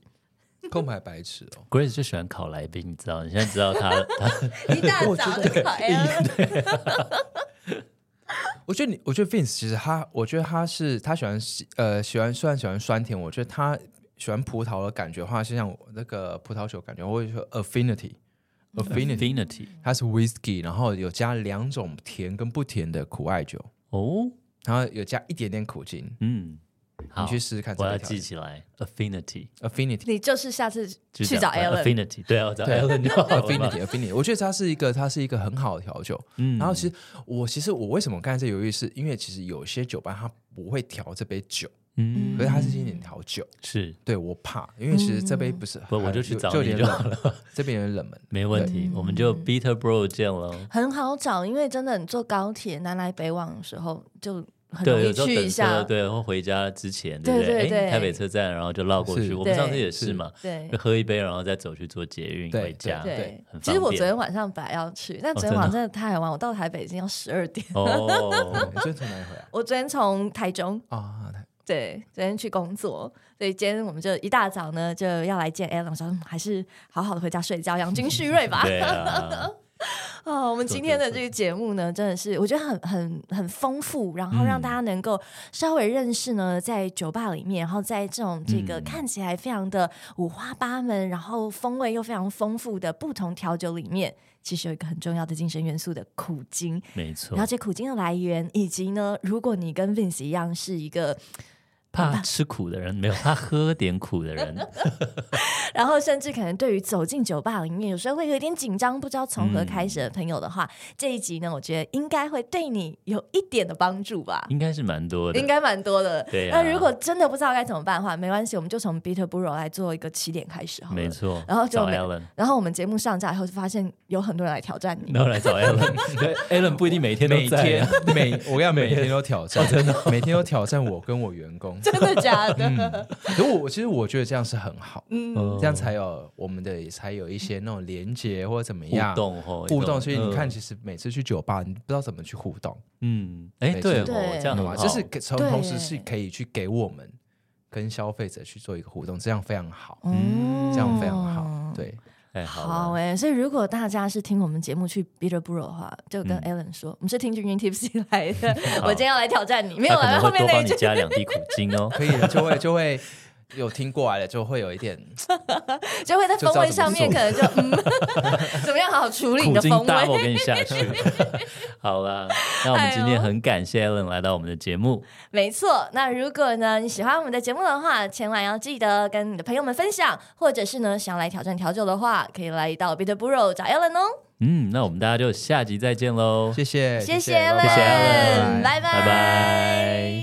[SPEAKER 3] 空白白痴哦。
[SPEAKER 1] Grace 就喜欢考来宾，你知道？你现在知道他， 他
[SPEAKER 2] 一大早就考 L，
[SPEAKER 3] 我觉得你，我觉得 Vince 其实他，我觉得他是他喜欢呃喜欢虽然喜欢酸甜，我觉得他喜欢葡萄的感觉的话，就像我那个葡萄酒感觉，我会说 affinity affinity，
[SPEAKER 1] Infinity
[SPEAKER 3] 它是 whisky，然后有加两种甜跟不甜的苦艾酒，
[SPEAKER 1] 哦，
[SPEAKER 3] 然后有加一点点苦精，
[SPEAKER 1] 嗯，好，
[SPEAKER 3] 你去试试看这
[SPEAKER 1] 我
[SPEAKER 3] 个
[SPEAKER 1] 要
[SPEAKER 3] 调
[SPEAKER 1] 记起来，affinity
[SPEAKER 3] affinity
[SPEAKER 2] 你就是下次
[SPEAKER 1] 就
[SPEAKER 2] 去
[SPEAKER 1] 是
[SPEAKER 2] 找
[SPEAKER 1] 这样
[SPEAKER 2] L，
[SPEAKER 1] affinity，对啊，我找
[SPEAKER 3] 对
[SPEAKER 1] Alan 就好了嘛。
[SPEAKER 3] affinity affinity，我觉得它是一个它是一个很好的调酒。
[SPEAKER 1] 嗯
[SPEAKER 3] 然后其实我其实我为什么刚才在犹豫，是因为其实有些酒吧它不会调这杯酒，
[SPEAKER 1] 嗯
[SPEAKER 3] 可是它是经典调酒。
[SPEAKER 1] 是，
[SPEAKER 3] 对我怕，因为其实这杯
[SPEAKER 2] 嗯
[SPEAKER 3] 不是很，
[SPEAKER 1] 不我就去找
[SPEAKER 3] 就
[SPEAKER 1] 你
[SPEAKER 3] 有
[SPEAKER 1] 就
[SPEAKER 3] 点
[SPEAKER 1] 好
[SPEAKER 3] 冷门，这边有点冷门。
[SPEAKER 1] 没问题，我们就 Bitter Bro 见喽。
[SPEAKER 2] 很好找，因为真的你坐高铁南来北往的时候就很容
[SPEAKER 1] 对，
[SPEAKER 2] 易
[SPEAKER 1] 有时候
[SPEAKER 2] 去一
[SPEAKER 1] 等
[SPEAKER 2] 下
[SPEAKER 1] 车，，对，或回家之前，对不
[SPEAKER 2] 对对对
[SPEAKER 1] 哎，台北车站，然后就绕过去。
[SPEAKER 3] 是
[SPEAKER 1] 我们上次
[SPEAKER 2] 对
[SPEAKER 1] 也是嘛，
[SPEAKER 2] 对
[SPEAKER 1] 就喝一杯，然后再走去做捷运
[SPEAKER 3] 对
[SPEAKER 1] 回家。
[SPEAKER 3] 对
[SPEAKER 1] 很
[SPEAKER 2] 其实
[SPEAKER 1] 方
[SPEAKER 2] 我
[SPEAKER 1] 便哦
[SPEAKER 2] 昨天晚上本来要去，但昨天
[SPEAKER 1] 真的
[SPEAKER 2] 晚上真的太晚，我到台北已经要十二点。
[SPEAKER 1] 哦，
[SPEAKER 3] 你最从哪里回来
[SPEAKER 2] 我昨天从台中，
[SPEAKER 3] 啊？台
[SPEAKER 2] 对，昨天去工作，所以今天我们就一大早呢就要来见 Alan，我说嗯还是好好的回家睡觉，养精蓄锐吧。
[SPEAKER 1] 对啊，
[SPEAKER 2] 哦，我们今天的这个节目呢，真的是我觉得很很很丰富，然后让大家能够稍微认识呢，在酒吧里面，然后在这种这个
[SPEAKER 1] 嗯
[SPEAKER 2] 看起来非常的五花八门，然后风味又非常丰富的不同调酒里面，其实有一个很重要的精神元素的苦精，
[SPEAKER 1] 没错
[SPEAKER 2] 了。解苦精的来源，以及呢，如果你跟 Vince 一样是一个
[SPEAKER 1] 怕吃苦的人没有，怕喝点苦的人，
[SPEAKER 2] 然后甚至可能对于走进酒吧里面，有时候会有一点紧张，不知道从何开始的朋友的话，这一集呢，我觉得应该会对你有一点的帮助吧。
[SPEAKER 1] 应该是蛮多的
[SPEAKER 2] 应。该蛮多的，
[SPEAKER 1] 对啊
[SPEAKER 2] 那如果真的不知道该怎么办的话，没关系，我们就从 Bitter b u r o 来做一个起点开始好了。
[SPEAKER 1] 没错，
[SPEAKER 2] 然后就
[SPEAKER 1] 找
[SPEAKER 2] 没
[SPEAKER 1] Alan，
[SPEAKER 2] 然后我们节目上架以后，就发现有很多人来挑战你
[SPEAKER 1] 然。后来找 Alan，对，Alan 不一定每天都
[SPEAKER 3] 每
[SPEAKER 1] 在啊，
[SPEAKER 3] 天每 我跟你讲每天都
[SPEAKER 1] 哦
[SPEAKER 3] 挑战，真的每天都挑战我跟我员 工。
[SPEAKER 2] 真的嗯假
[SPEAKER 1] 嗯
[SPEAKER 2] 的？
[SPEAKER 3] 可是我我其实我觉得这样是很好，
[SPEAKER 2] 嗯，
[SPEAKER 1] 哦
[SPEAKER 3] 这样才有我们的才有一些那种连接或者怎么
[SPEAKER 1] 互
[SPEAKER 3] 样
[SPEAKER 1] 动哦，
[SPEAKER 3] 互动。所以你看，
[SPEAKER 1] 嗯
[SPEAKER 3] 其实每次去酒吧，你不知道怎么去互动，
[SPEAKER 1] 嗯，哎，
[SPEAKER 3] 没
[SPEAKER 1] 对
[SPEAKER 3] 错
[SPEAKER 1] 哦，
[SPEAKER 2] 对
[SPEAKER 1] 这样很
[SPEAKER 3] 懂吗？
[SPEAKER 1] 好
[SPEAKER 3] 就是可从
[SPEAKER 2] 对
[SPEAKER 3] 同时是可以去给我们跟消费者去做一个互动，这样非常好，
[SPEAKER 2] 嗯
[SPEAKER 3] 这样非常好。。对，
[SPEAKER 1] 太好啊
[SPEAKER 2] 好
[SPEAKER 1] 了，
[SPEAKER 2] 哎、所以如果大家是听我们节目去 Bitter b r o 的话，就跟
[SPEAKER 1] 嗯
[SPEAKER 2] Alan 说，我们是听君君 Tipsy 来的， 我今天要来挑战你，没有
[SPEAKER 1] 他可
[SPEAKER 2] 啦，
[SPEAKER 1] 能
[SPEAKER 2] 后
[SPEAKER 1] 会
[SPEAKER 2] 面
[SPEAKER 1] 多
[SPEAKER 2] 那
[SPEAKER 1] 帮
[SPEAKER 2] 一
[SPEAKER 1] 你
[SPEAKER 2] 句
[SPEAKER 1] 加两滴苦精哦。
[SPEAKER 3] 可以了，就会就会有听过来了，就会有一点
[SPEAKER 2] 就会在风味上面
[SPEAKER 3] 就
[SPEAKER 2] 可能就嗯， 怎么样好好处理你
[SPEAKER 1] 苦
[SPEAKER 2] 的
[SPEAKER 1] 精
[SPEAKER 2] 风
[SPEAKER 1] double
[SPEAKER 2] 味？
[SPEAKER 1] 给你下去。好啦， 那我们今天很感谢 Alan 来到我们的节目，
[SPEAKER 2] 没错。那如果呢你喜欢我们的节目的话，千万要记得跟你的朋友们分享，或者是呢想要来挑战调酒的话，可以来到 Bitter b r o 找 Alan 哦。
[SPEAKER 1] 嗯，那我们大家就下集再见喽，
[SPEAKER 3] 谢谢，
[SPEAKER 2] 谢谢
[SPEAKER 3] 拜
[SPEAKER 2] Alan，
[SPEAKER 1] 哎谢谢 Alan，
[SPEAKER 2] 拜拜
[SPEAKER 1] 拜拜。